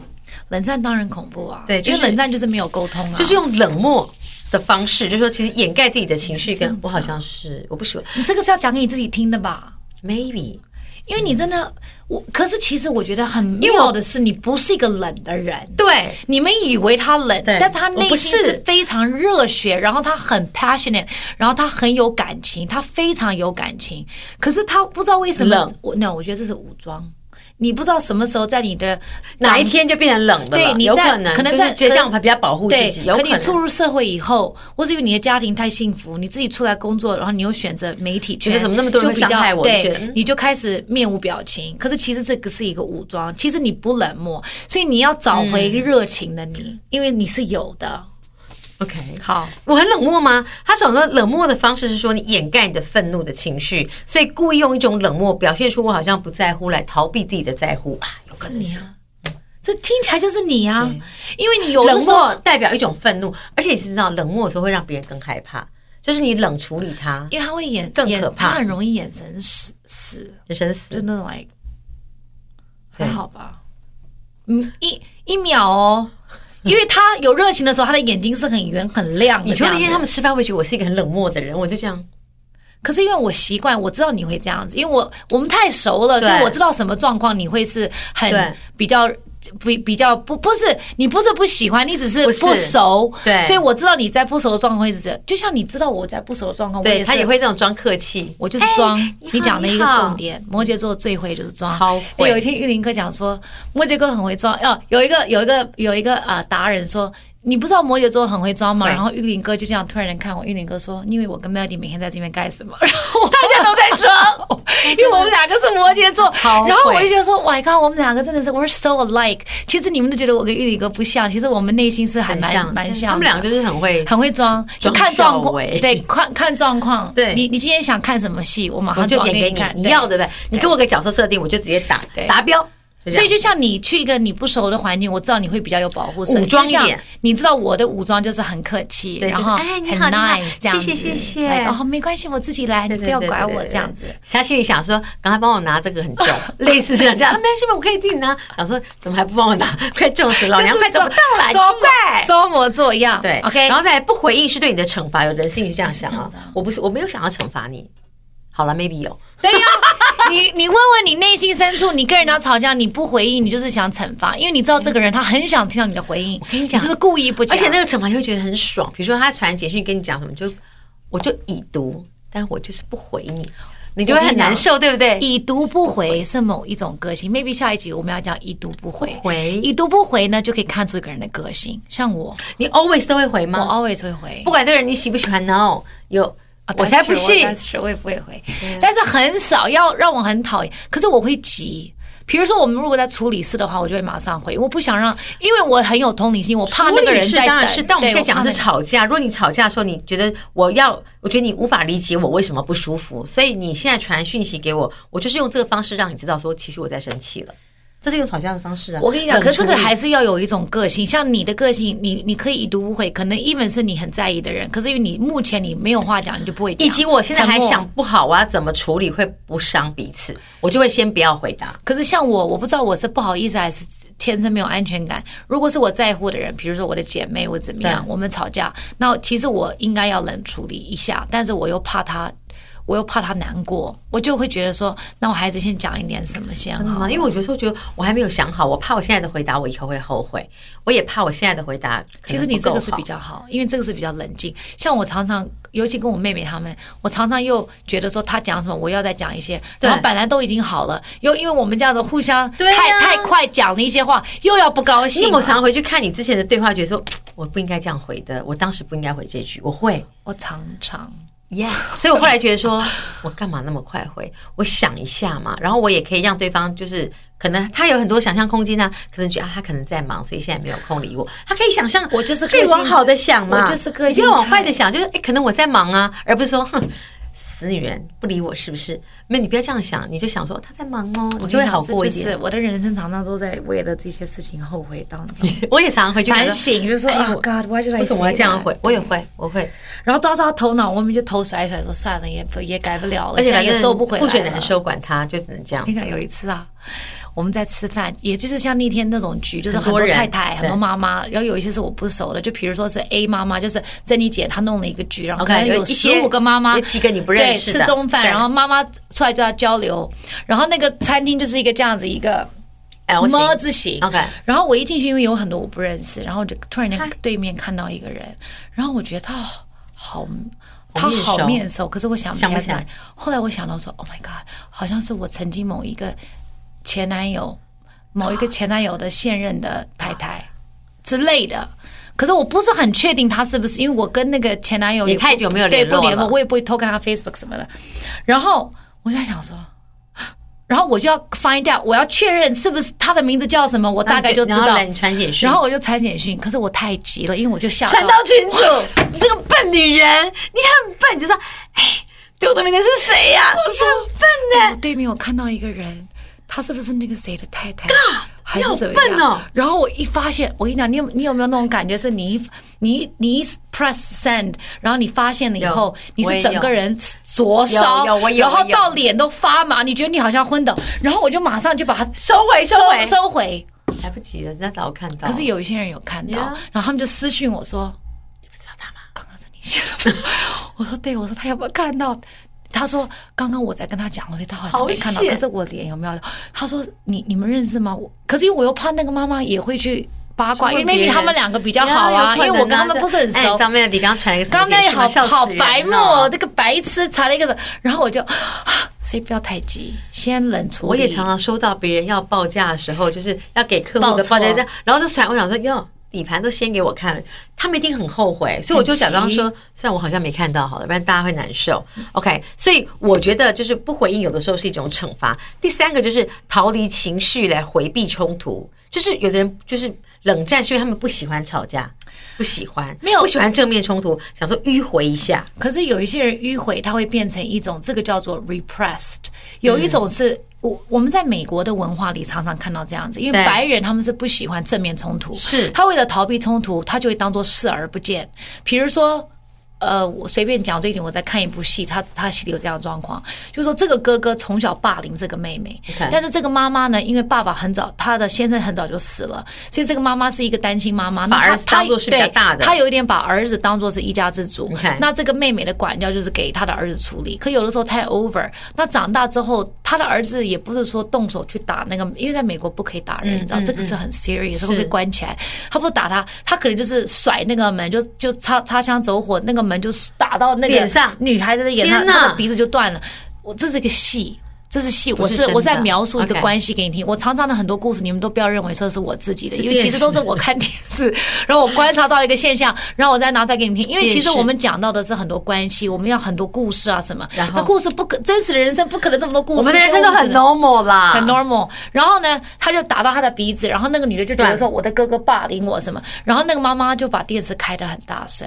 B: 冷战当然恐怖啊，
A: 对就是
B: 因为冷战就是没有沟通啊，
A: 就是用冷漠的方式，就是说其实掩盖自己嗯的情绪，跟我好像是我不喜欢
B: 你这个是要讲给你自己听的吧？
A: ，maybe
B: 因为你真的，我可是其实我觉得很
A: 因为我
B: 妙的是，你不是一个冷的人。
A: 对。
B: 你们以为他冷，
A: 对
B: 但是他内心
A: 我不
B: 是
A: 是
B: 非常热血，然后他很 passionate，然后他很有感情，他非常有感情。可是他不知道为什么，
A: 冷
B: 我 no，我觉得这是武装。你不知道什么时候在你的
A: 哪一
B: 长
A: 天就变成冷的了，
B: 对你
A: 有
B: 在
A: 可能，
B: 可能
A: 就是
B: 在
A: 觉得
B: 可
A: 这样还比较保护自
B: 对
A: 己，有
B: 可
A: 可
B: 你
A: 能
B: 出入社会以后，或是因为你的家庭太幸福，你自己出来工作，然后你又选择媒体圈，
A: 觉得怎么那么多人
B: 就比较
A: 会伤害我就觉得
B: 对
A: 嗯，
B: 你就开始面无表情。可是其实这个是一个武装，其实你不冷漠，所以你要找回
A: 嗯
B: 热情的你，因为你是有的。
A: OK。
B: 好，
A: 我很冷漠吗？他想说冷漠的方式是说你掩盖你的愤怒的情绪，所以故意用一种冷漠表现出我好像不在乎来逃避自己的在乎啊，有可能
B: 你
A: 是。
B: 啊，这听起来就是你啊，因为你有的
A: 冷
B: 时候，
A: 漠代表一种愤怒，而且你知道冷漠的时候会让别人更害怕，就是你冷处理他，
B: 因为他会眼
A: 更
B: 眼
A: 可怕
B: 他很容易眼神死死，
A: 人生
B: 就
A: 死。
B: 那种 like
A: 对
B: 还好吧，嗯，一一秒哦。因为他有热情的时候，他的眼睛是很圆、很亮的。
A: 你说那天他
B: 们，
A: 们吃饭会觉得我是一个很冷漠的人，我就这样。
B: 可是因为我习惯，我知道你会这样子，因为我我们太熟了，
A: 对
B: 所以我知道什么状况你会是很
A: 对
B: 比较比比较不不是你不是不喜欢，你只是
A: 不是
B: 不熟。
A: 对
B: 所以我知道你在不熟的状况会是这样，就像你知道我在不熟的状况，我
A: 对
B: 也
A: 他
B: 是
A: 也会那种装客
B: [laughs]
A: 气，
B: 我就是装。
A: 你好
B: 你讲的一个
A: 你好
B: 重点，摩羯座最会就是装。哎
A: 超会
B: 有一天玉林哥讲说，摩羯哥很会装。哦，有一个有一个有一个啊达人说，你不知道摩羯座很会装吗？
A: 会
B: 然后玉林哥就这样突然看我，玉林哥说，你以为我跟 Melody 每天在这边干什么？ [laughs] 然后我
A: 大家都在 [laughs] 装，
B: 因为我们两个是摩羯座
A: [laughs] 超，会
B: 然后我就觉得说，My God，我们两个真的是 we're so alike。其实你们都觉得我跟玉林哥不像，其实我们内心是还
A: 很
B: [laughs] 蛮
A: 像
B: 蛮像的。
A: 他们两个就是很会，
B: 很会装，就
A: 装
B: 看状
A: 笑
B: 况
A: 为，
B: 对，看看状况。
A: 对
B: 你，你今天想看什么戏，我马
A: 我
B: 上
A: 就
B: 装
A: 演给
B: 给
A: 你
B: 看。
A: 你
B: 对
A: 要对不对？你给我个角色设定，我就直接打
B: 对
A: 达标。就这样
B: 所以就像你去一个你不熟的环境，我知道你会比较有保护色，
A: 武装一点。
B: 你知道我的武装就是很客气，
A: 对
B: 然后
A: 就是哎你
B: 很
A: 好你好
B: nice 这样子，
A: 谢谢谢谢
B: 然后没关系，我自己来，你不要管我这样子。。
A: 他心里想说，赶快帮我拿这个很
B: [laughs]
A: 重，类似这样这样，啊没关系吧，我可以自己拿。想说怎么还不帮我拿， [laughs] 快重死老娘，快找不到啦，奇
B: 装
A: 怪。
B: 装模作样。
A: 对
B: ，OK
A: 然。后再来不回应是对你的惩罚，有人心里是这样想
B: 是
A: 啊
B: 这样子啊，
A: 我不是我没有想要惩罚你，好了，maybe 有，
B: 对呀、你你问问你内心深处，你跟人家吵架，你不回应，你就是想惩罚，因为你知道这个人他很想听到你的回应，我
A: 跟你讲
B: 就是故意不
A: 而
B: 讲。
A: 且那个惩罚你会觉得很爽，比如说他传简讯跟你讲什么，就我就已读，但我就是不回你，你就会很难受，对不对？
B: 已读不回是某一种个性，maybe 下一集我们要讲已读不回。
A: 回
B: 已读不回呢，就可以看出一个人的个性。像我，
A: 你 always 都会回
B: 我
A: 吗？
B: always 会回
A: 不，管这个人你喜不喜欢，no，有
B: 啊
A: 我才不
B: that's true，
A: 信。
B: that's true，我也不会回，但是很少要让我很讨厌。可是我会急，比如说我们如果在处理事的话，我就会马上回，我不想让，因为我很有同理心，我怕那个人
A: 是
B: 在等。
A: 当然是，但我们
B: 对
A: 现在讲的
B: 怕
A: 是吵架。如果你吵架的时候，你觉得我要，我觉得你无法理解我为什么不舒服，所以你现在传讯息给我，我就是用这个方式让你知道说，其实我在生气了。这是一种吵架的方式啊。
B: 我跟你讲，
A: 冷
B: 可是这
A: 处
B: 个
A: 理
B: 还是要有一种个性，像你的个性，你你可以已读不回，可能 even 是你很在意的人，可是因为你目前你没有话讲，你就不会讲。
A: 以及我现在还
B: 沉默
A: 想不好，我要怎么处理会不伤彼此，我就会先不要回答。
B: 可是像我，我不知道我是不好意思还是天生没有安全感。如果是我在乎的人，比如说我的姐妹或怎么样，
A: 对
B: 我们吵架，那其实我应该要冷处理一下，但是我又怕她，我又怕他难过，我就会觉得说，那我还是先讲一点什么先
A: 真的嗯
B: 好。
A: 吗？因为我有时候觉得我还没有想好，我怕我现在的回答我以后会后悔，我也怕我现在的回答可
B: 其
A: 能
B: 实你
A: 不
B: 这
A: 够
B: 个是
A: 好
B: 比较好，因为这个是比较冷静。像我常常，尤其跟我妹妹她们，我常常又觉得说她讲什么，我要再讲一些，
A: 对
B: 然后本来都已经好了，又因为我们这样子互相
A: 对
B: 太、
A: 啊
B: 太快讲了一些话，又要不高
A: 因
B: 兴啊
A: 为
B: 嘛。
A: 我常常回去看你之前的对话，觉得说我不应该这样回的，我当时不应该回这句，我会。
B: 我常常
A: Yeah，所以我后来觉得说，我干嘛那么快回？我想一下嘛，然后我也可以让对方就是可能他有很多想象空间啊，可能觉得啊他可能在忙，所以现在没有空理我。他可以想象，
B: 我就是
A: 可以
B: 个性
A: 往好的想嘛，
B: 我就是个
A: 你不要
B: 性
A: 往
B: 派
A: 坏的想，就是哎、诶可能我在忙啊，而不是说哼。死女人不理我是不是？没有，你不要这样想，你就想说他在忙哦，你就会好过一
B: 就
A: 点
B: 是。我的人生常常都在为了这些事情后悔当
A: [laughs]
B: 中
A: 我也常常回去
B: 反省，就是说
A: 哎
B: 啊、
A: 我
B: g o d why did I
A: 为什么我要
B: say
A: 这样
B: that？
A: 回？我也会，我会。
B: 然后到时候他头脑我们就头甩一甩，说算了，也不也改不了了，
A: 而且
B: 现在
A: 反正
B: 也收不回来
A: 覆
B: 了，
A: 水难收，管他，就只能这样
B: 跟。你讲，有一次啊，我们在吃饭，也就是像那天那种局，就是很
A: 很多
B: 多
A: 人
B: 太太、很
A: 对
B: 多妈妈，然后有一些是我不熟的，就比如说是 A 妈妈，就是珍妮姐她弄了一个局，然后可
A: OK，
B: 能
A: 有
B: 有
A: 一
B: 十
A: 些
B: 五个妈妈，
A: 有几个你不认识
B: 对，
A: 的
B: 吃中饭，
A: 对
B: 然后妈妈出来就要交流，然后那个餐厅就是一个这样子一个
A: L 型
B: 么字形
A: OK
B: 然后我一进去，因为有很多我不认识，然后我就突然间
A: 嗨
B: 对面看到一个人，然后我觉得他好。他
A: 好面
B: 好
A: 熟
B: 面熟，可是我想不起
A: 想
B: 来
A: 不
B: 是
A: 起来
B: 哪里。后来我想到说，Oh my God，好像是我曾经某一个前男友、某一个前男友的现任的太太之类的。可是我不是很确定他是不是，因为我跟那个前男友也
A: 你太久没有
B: 对
A: 联
B: 不
A: 络
B: 联络，
A: 了
B: 我也不会偷看他 Facebook 什么的。然后我就在想说，然后我就要 find out，我要确认是不是他的名字叫什么，我大概就知
A: 然后
B: 道
A: 来。你传简讯，
B: 然后我就传简讯，可是我太急了，因为我就吓
A: 传到群主，你这个笨女人，你很笨，你就说，哎，对我的名字是谁呀、你很笨呢、
B: 我对面我看到一个人，他是不是那个谁的太太？还是怎么
A: 你好笨
B: 样
A: 哦？
B: 然后我一发现，我跟你讲，你有你有没有那种感觉？是你一你一你一 press send，然后你发现了以后，你
A: 我
B: 是
A: 也
B: 整
A: 有
B: 个人灼烧
A: 有有我，有
B: 然后
A: 我有
B: 到脸都发麻，你觉得你好像昏倒，然后我就马上就把它
A: 收回，收回，
B: 收回。
A: 来不及了，人家早看到。
B: 可是有一些人有看到
A: 哦 Yeah，
B: 然后他们就私讯我说：“你不知道他吗？”刚刚是你写的吗？我说：“对。”我说：“他有没有看到？”他说：“刚刚我在跟他讲，我说他好像
A: 好
B: 没看到，
A: 险
B: 可是我脸有没有？”他说：“你你们认识吗？”我可是因为我又怕那个妈妈也会去八卦，因为
A: 说别
B: maybe
A: 人
B: 他们两个比较好啊，因
A: 呀有可能
B: 为我跟他们不是很
A: 哎
B: 熟。
A: 张妹你刚刚传了一个什么
B: 刚刚
A: 简讯
B: 好
A: 我笑死
B: 好
A: 人
B: 白目
A: 了
B: 哦，这个白痴查了一个什么，然后我就，啊所以不要太急，先冷处理。
A: 我也常常收到别人要报价的时候，就是要给客户的报
B: 报错
A: 价，然后就甩，我想说哟。底盘都先给我看了，他们一定很后悔，所以我就假装说，虽然我好像没看到好了，不然大家会难受。OK，所以我觉得就是不回应，有的时候是一种惩罚。第三个就是逃离情绪来回避冲突，就是有的人就是冷战，是因为他们不喜欢吵架，不喜欢
B: 没有
A: 不喜欢正面冲突，想说迂回一下。
B: 可是有一些人迂回，它会变成一种这个叫做 repressed，有一种
A: 嗯
B: 是。我我们在美国的文化里常常看到这样子，因为
A: 对
B: 白人他们是不喜欢正面冲突，
A: 是
B: 他为了逃避冲突，他就会当做视而不见。比如说，呃，我随便讲，最近我在看一部戏，他他戏里有这样的状况，就是说这个哥哥从小霸凌这个妹妹
A: OK
B: 但是这个妈妈呢，因为爸爸很早，他的先生很早就死了，所以这个妈妈是一个单亲妈妈，那
A: 把
B: 她
A: 儿子当作是比较
B: 对
A: 大的
B: 她有一点把儿子当做是一家之主
A: OK
B: 那这个妹妹的管教就是给她的儿子处理，可有的时候太 over。那长大之后，她的儿子也不是说动手去打那个，因为在美国不可以打人，你知
A: 嗯
B: 道这个是很 serious，会被关起来。他不打他，他可能就是甩那个门，就就擦擦枪走火，那个门就打到那个
A: 脸上
B: 女孩子的眼上，
A: 天哪
B: 她的鼻子就断了。我这是个戏。这是戏，我
A: 是
B: 是
A: 真的
B: 我是在描述一个
A: OK
B: 关系给你听。我常常的很多故事，你们都不要认为说是我自己的，
A: 是
B: 因为其
A: 电
B: 实
A: 视
B: 都是我看电视，然后我观察到一个现象，然后我再拿出来给你听。因为其实
A: 电视
B: 我们讲到的是很多关系，我们要很多故事啊什么。
A: 然后
B: 那故事不可真实的人生不可能这么多故事，
A: 我们的人生都
B: 所以
A: 很啊
B: 只能
A: normal 啦，
B: 很 normal。然后呢，他就打到他的鼻子，然后那个女的就觉得说我的哥哥霸凌我什么，然后那个妈妈就把电视开得很大声，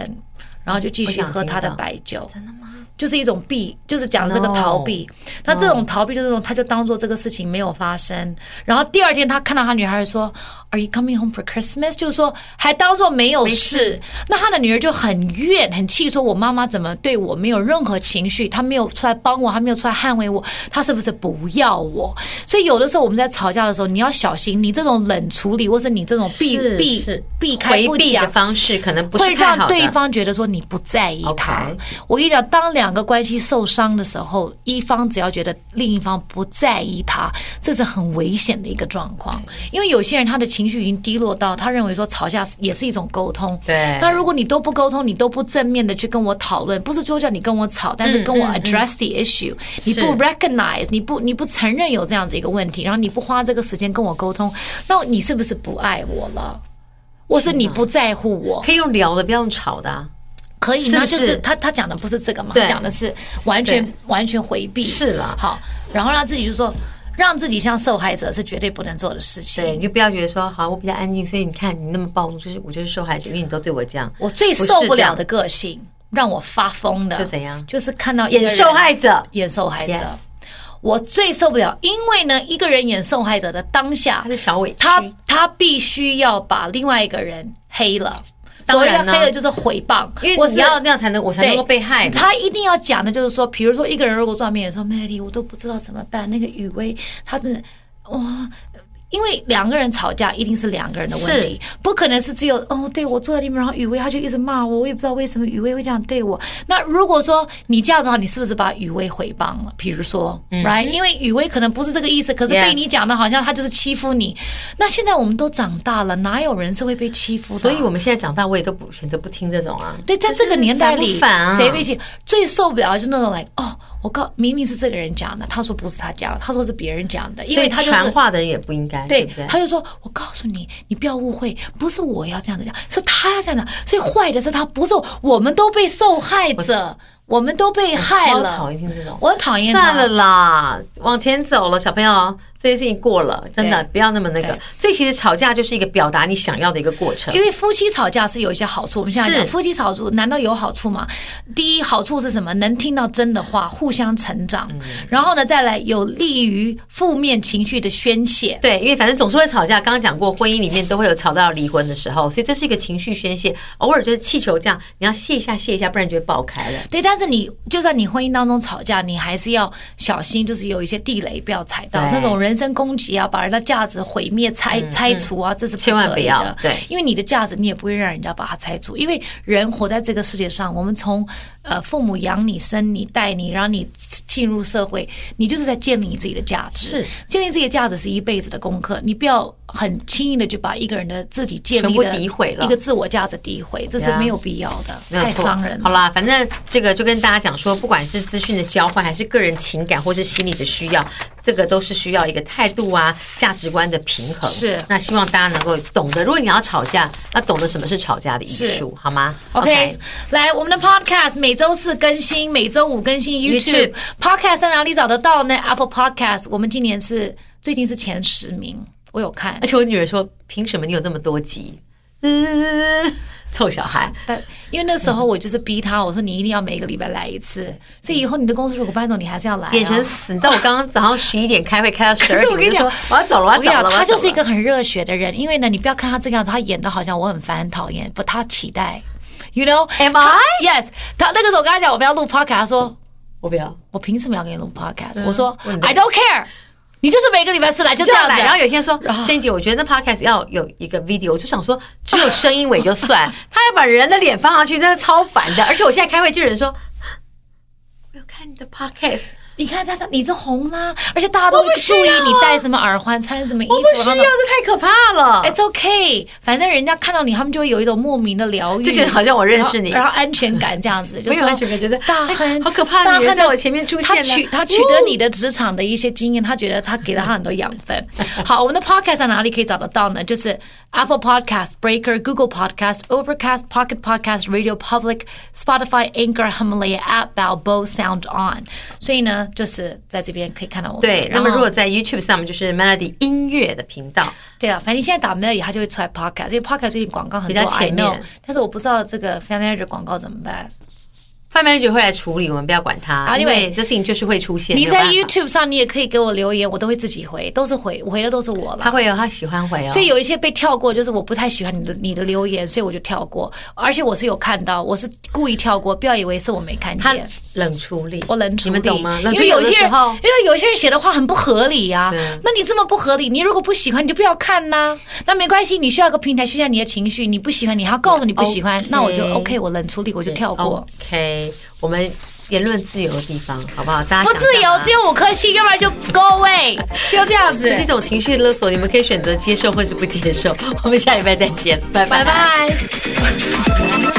B: 然后就继续
A: 我想
B: 喝
A: 听
B: 她的
A: 到
B: 白酒。真的吗？就是一种避，就是讲这个逃
A: No
B: 避。那这
A: 嗯
B: 种逃避就是这种，他就当做这个事情没有发生。然后第二天，他看到他女孩说：“Are you coming home for Christmas？” 就是说还当做没有事。那他的女儿就很怨、很气，说：“我妈妈怎么对我没有任何情绪？她没有出来帮我，她没有出来捍卫我，她是不是不要我？”所以有的时候我们在吵架的时候，你要小心，你这种冷处理，或是你这种避
A: 是
B: 避
A: 是
B: 避开
A: 回
B: 不
A: 避的
B: 讲。
A: 方式可能不
B: 会
A: 是太
B: 让
A: 好的。
B: 对方觉得说你不在意他。
A: OK
B: 我跟你讲，当两个关系受伤的时候，一方只要觉得另一方不在意他，这是很危险的一个状况。因为有些人他的情绪已经低落到他认为说吵架也是一种沟通。
A: 对
B: 那如果你都不沟通，你都不正面的去跟我讨论，不是说叫你跟我吵，但是跟
A: 嗯
B: 我 address the issue，、你不 recognize，你不你不承认有这样子一个问题，然后你不花这个时间跟我沟通，那你是不是不爱我了？或是你不在乎我？
A: 可以用聊的，不要用吵的啊、
B: 可以，
A: 是不
B: 那就是是他他讲的不是这个嘛，
A: 对
B: 他讲的是完全
A: 对
B: 完全回避，
A: 是啦
B: 好，然后让自己就说，让自己像受害者是绝对不能做的事情。
A: 对，你就不要觉得说，好，我比较安静，所以你看你那么暴怒，就是我就是受害者，因为你都对我这样，
B: 我最
A: 不是
B: 受不
A: 这
B: 了
A: 样
B: 的个性，让我发疯的，
A: 就怎样
B: 就是看到一个
A: 演
B: 人
A: 受害者，
B: 演受害者
A: Yes。
B: 我最受不了，因为呢，一个人演受害者的当下
A: 他，是小委屈，
B: 他他必须要把另外一个人黑了。
A: 当
B: 所谓
A: 然
B: 的
A: 呢
B: 黑了就是诽谤，
A: 因
B: 或
A: 为
B: 是
A: 你要那样才能我才能够被害嘛。
B: 他一定要讲的就是说，比如说一个人如果撞面人说 Melody，我都不知道怎么办，那个雨薇她真的哇。因为两个人吵架一定是两个人的问题，不可能是只有哦，对我坐在那边，然后雨薇她就一直骂我，我也不知道为什么雨薇会这样对我。那如果说你这样子的话，你是不是把雨薇诽谤了？比如说、r i g h t 因为雨薇可能不是这个意思，可是
A: 嗯 Yes
B: 被你讲的好像她就是欺负你。那现在我们都长大了，哪有人是会被欺负的啊？
A: 所以我们现在长大，我也都不选择不听这种啊。
B: 对，在这个年代
A: 烦不
B: 里，
A: 烦啊
B: 谁被欺最受不了就是那种 like 哦，我告明明是这个人讲的，他说不是他讲的，他说是别人讲的，因
A: 所以
B: 为他就
A: 传
B: 是。
A: 话的人也不应该，对
B: 对
A: 不对，？
B: 他就说：“我告诉你，你不要误会，不是我要这样子讲，是他要这样讲。所以坏的是他，不是我。我们都被受害者，我们都被害
A: 超讨
B: 了。
A: 厌听这种。
B: 我很讨厌这样
A: 哎算了啦，往前走了，小朋友，这些事情过了，真的
B: 对
A: 不要那么那个
B: 对。
A: 所以其实吵架就是一个表达你想要的一个过程
B: 因。为夫妻吵架是有一些好处，我们现在
A: 是
B: 讲夫妻吵架难道有好处吗？第一好处是什么？能听到真的话，互相成长，
A: 嗯
B: 然后呢，再来有利于负面情绪的宣泄。
A: 对，因为反正总是会吵架。刚刚讲过，婚姻里面都会有吵到离婚的时候，所以这是一个情绪宣泄。偶尔就是气球这样，你要泄一下，泄一下，不然就会爆开了。
B: 对，但是你就算你婚姻当中吵架，你还是要小心，就是有一些地雷不要踩到，
A: 对
B: 那种人身攻击啊，把人家价值毁灭、拆拆除啊，这是
A: 千万
B: 可
A: 不
B: 以
A: 要
B: 的
A: 对
B: 因为你的价值你也不会让人家把它拆除，因为人活在这个世界上，我们从呃父母养你、生你、带你，然后你进入社会，你就是在建立你自己的价值，
A: 是
B: 建立自己的价值是一辈子的功课，你不要很轻易的就把一个人的自己建
A: 全
B: 立
A: 部
B: 的
A: 诋毁了
B: 一个自我价值诋毁，这是
A: 对啊
B: 没有必要的，
A: 没有
B: 太
A: 错
B: 伤人了
A: 好。啦，反正这个就跟大家讲说，不管是资讯的交换，还是个人情感或是心理的需要，这个都是需要一个态度啊、价值观的平衡。
B: 是
A: 那希望大家能够懂得，如果你要吵架，要懂得什么是吵架的艺术，好吗
B: OK，, 来我们的 Podcast 每周四更新，每周五更新 YouTube,
A: YouTube
B: Podcast 在哪里找得到呢？Apple Podcast，我们今年是最近是前十名，我有看
A: 而，且我女儿说，凭什么你有那么多集？ [laughs] 嗯，臭小孩。
B: 但因为那时候我就是逼他，我说你一定要每个礼拜来一次，所以以后你的公司如果搬走，你还是要来、啊。
A: 眼神死！你知道我刚刚早上十一点开会，开到十二
B: 是
A: 点，
B: 我跟你
A: 就说
B: 讲
A: 我要走了，我要
B: 我跟你
A: 走
B: 讲
A: 了，我，要
B: 他
A: 走了
B: 就是一个很热血的人，因为呢，你不要看他这个样子，他演的好像我很烦、很讨厌，不，他期待，you
A: Am
B: know，am
A: I？
B: Yes，他那个时候我跟他讲我们要录 podcast，他说
A: 我不要，
B: 我凭什么要给你录 podcast？、
A: 啊
B: 我说
A: 问你
B: I don't care，你就是每个礼拜四来就
A: 就
B: 这
A: 要
B: 样子。啊
A: 来。然啊后有一天说
B: 然后，
A: 珍姐，我觉得那 podcast 要有一个 video，我就想说，只有声音尾就 [laughs] 算，他还把人的脸放上去，真的超烦的。而且我现在开会就有人说，我有看你的 podcast，
B: 你看他，他你这红啦，而且大家都会注意你戴什么耳环、穿什么衣
A: 啊我不
B: 服，
A: 需
B: 然
A: 要，啊
B: 后呢。
A: 这太可怕了，
B: It's okay，反正人家看到你，他们就会有一种莫名的疗愈，
A: 就觉得好像我认识你
B: 然后然后安全感这
A: [laughs]
B: 样子，就
A: 没
B: 是
A: 有安全感，觉得
B: 大
A: 哎
B: 亨
A: 好可怕，
B: 大
A: 女人
B: 亨
A: 在
B: 的
A: 我前面出现
B: 他
A: 了，
B: 取他取得你的职场的一些经验，他觉得他给了他很多养分。 [laughs] 好，我们的 podcast 在哪里可以找得到呢？就是 Apple Podcast、Breaker、Google Podcast、Overcast、Pocket Podcast、Radio Public、Spotify、Anchor、Himalaya App、Balbo、Sound On。所以呢，就是在这边可以看到我们。
A: 对，那
B: 然
A: 么
B: 后
A: 如果在 YouTube 上面就是 Melody 音乐的频道，
B: 对啊，反正现在打 Melody，它就会出来 podcast，因为 podcast 最近广告很多
A: 比较前面
B: I know，但是我不知道这个 Fan Manager 广告怎么办。
A: 贩卖局会来处理，我们不要管它，
B: Anyway，
A: 因为这事情就是会出现。
B: 你
A: 没有办
B: 在
A: 法
B: YouTube 上，你也可以给我留言，我都会自己回，都是回我回的都是我
A: 他
B: 啦。
A: 会有他喜欢回哦，
B: 所以有一些被跳过，就是我不太喜欢你的你的留言，所以我就跳过。而且我是有看到，我是故意跳过，不要以为是我没看
A: 他
B: 见。
A: 冷处理，
B: 我冷处
A: 你
B: 理，
A: 们懂吗？冷
B: 因
A: 处理
B: 为有些
A: 的时
B: 人，
A: 候
B: 因为有些人写的话很不合理呀、
A: 对
B: 那你这么不合理，你如果不喜欢，你就不要看呐、那没关系，你需要一个平台宣泄你的情绪，你不喜欢，你还要告诉你不喜欢
A: OK，
B: 那我就 OK，我冷处理，我就跳过。
A: OK，我们言论自由的地方，好不好？大家
B: 不
A: 哦想
B: 自由
A: 干嘛
B: 只有五颗星，要不然就 go
A: [laughs]
B: away，就这样子
A: 这。是一种情绪勒索，你们 [laughs] 可以选择接受或是不接受。我们下礼拜再见，拜
B: 拜
A: 拜
B: 拜。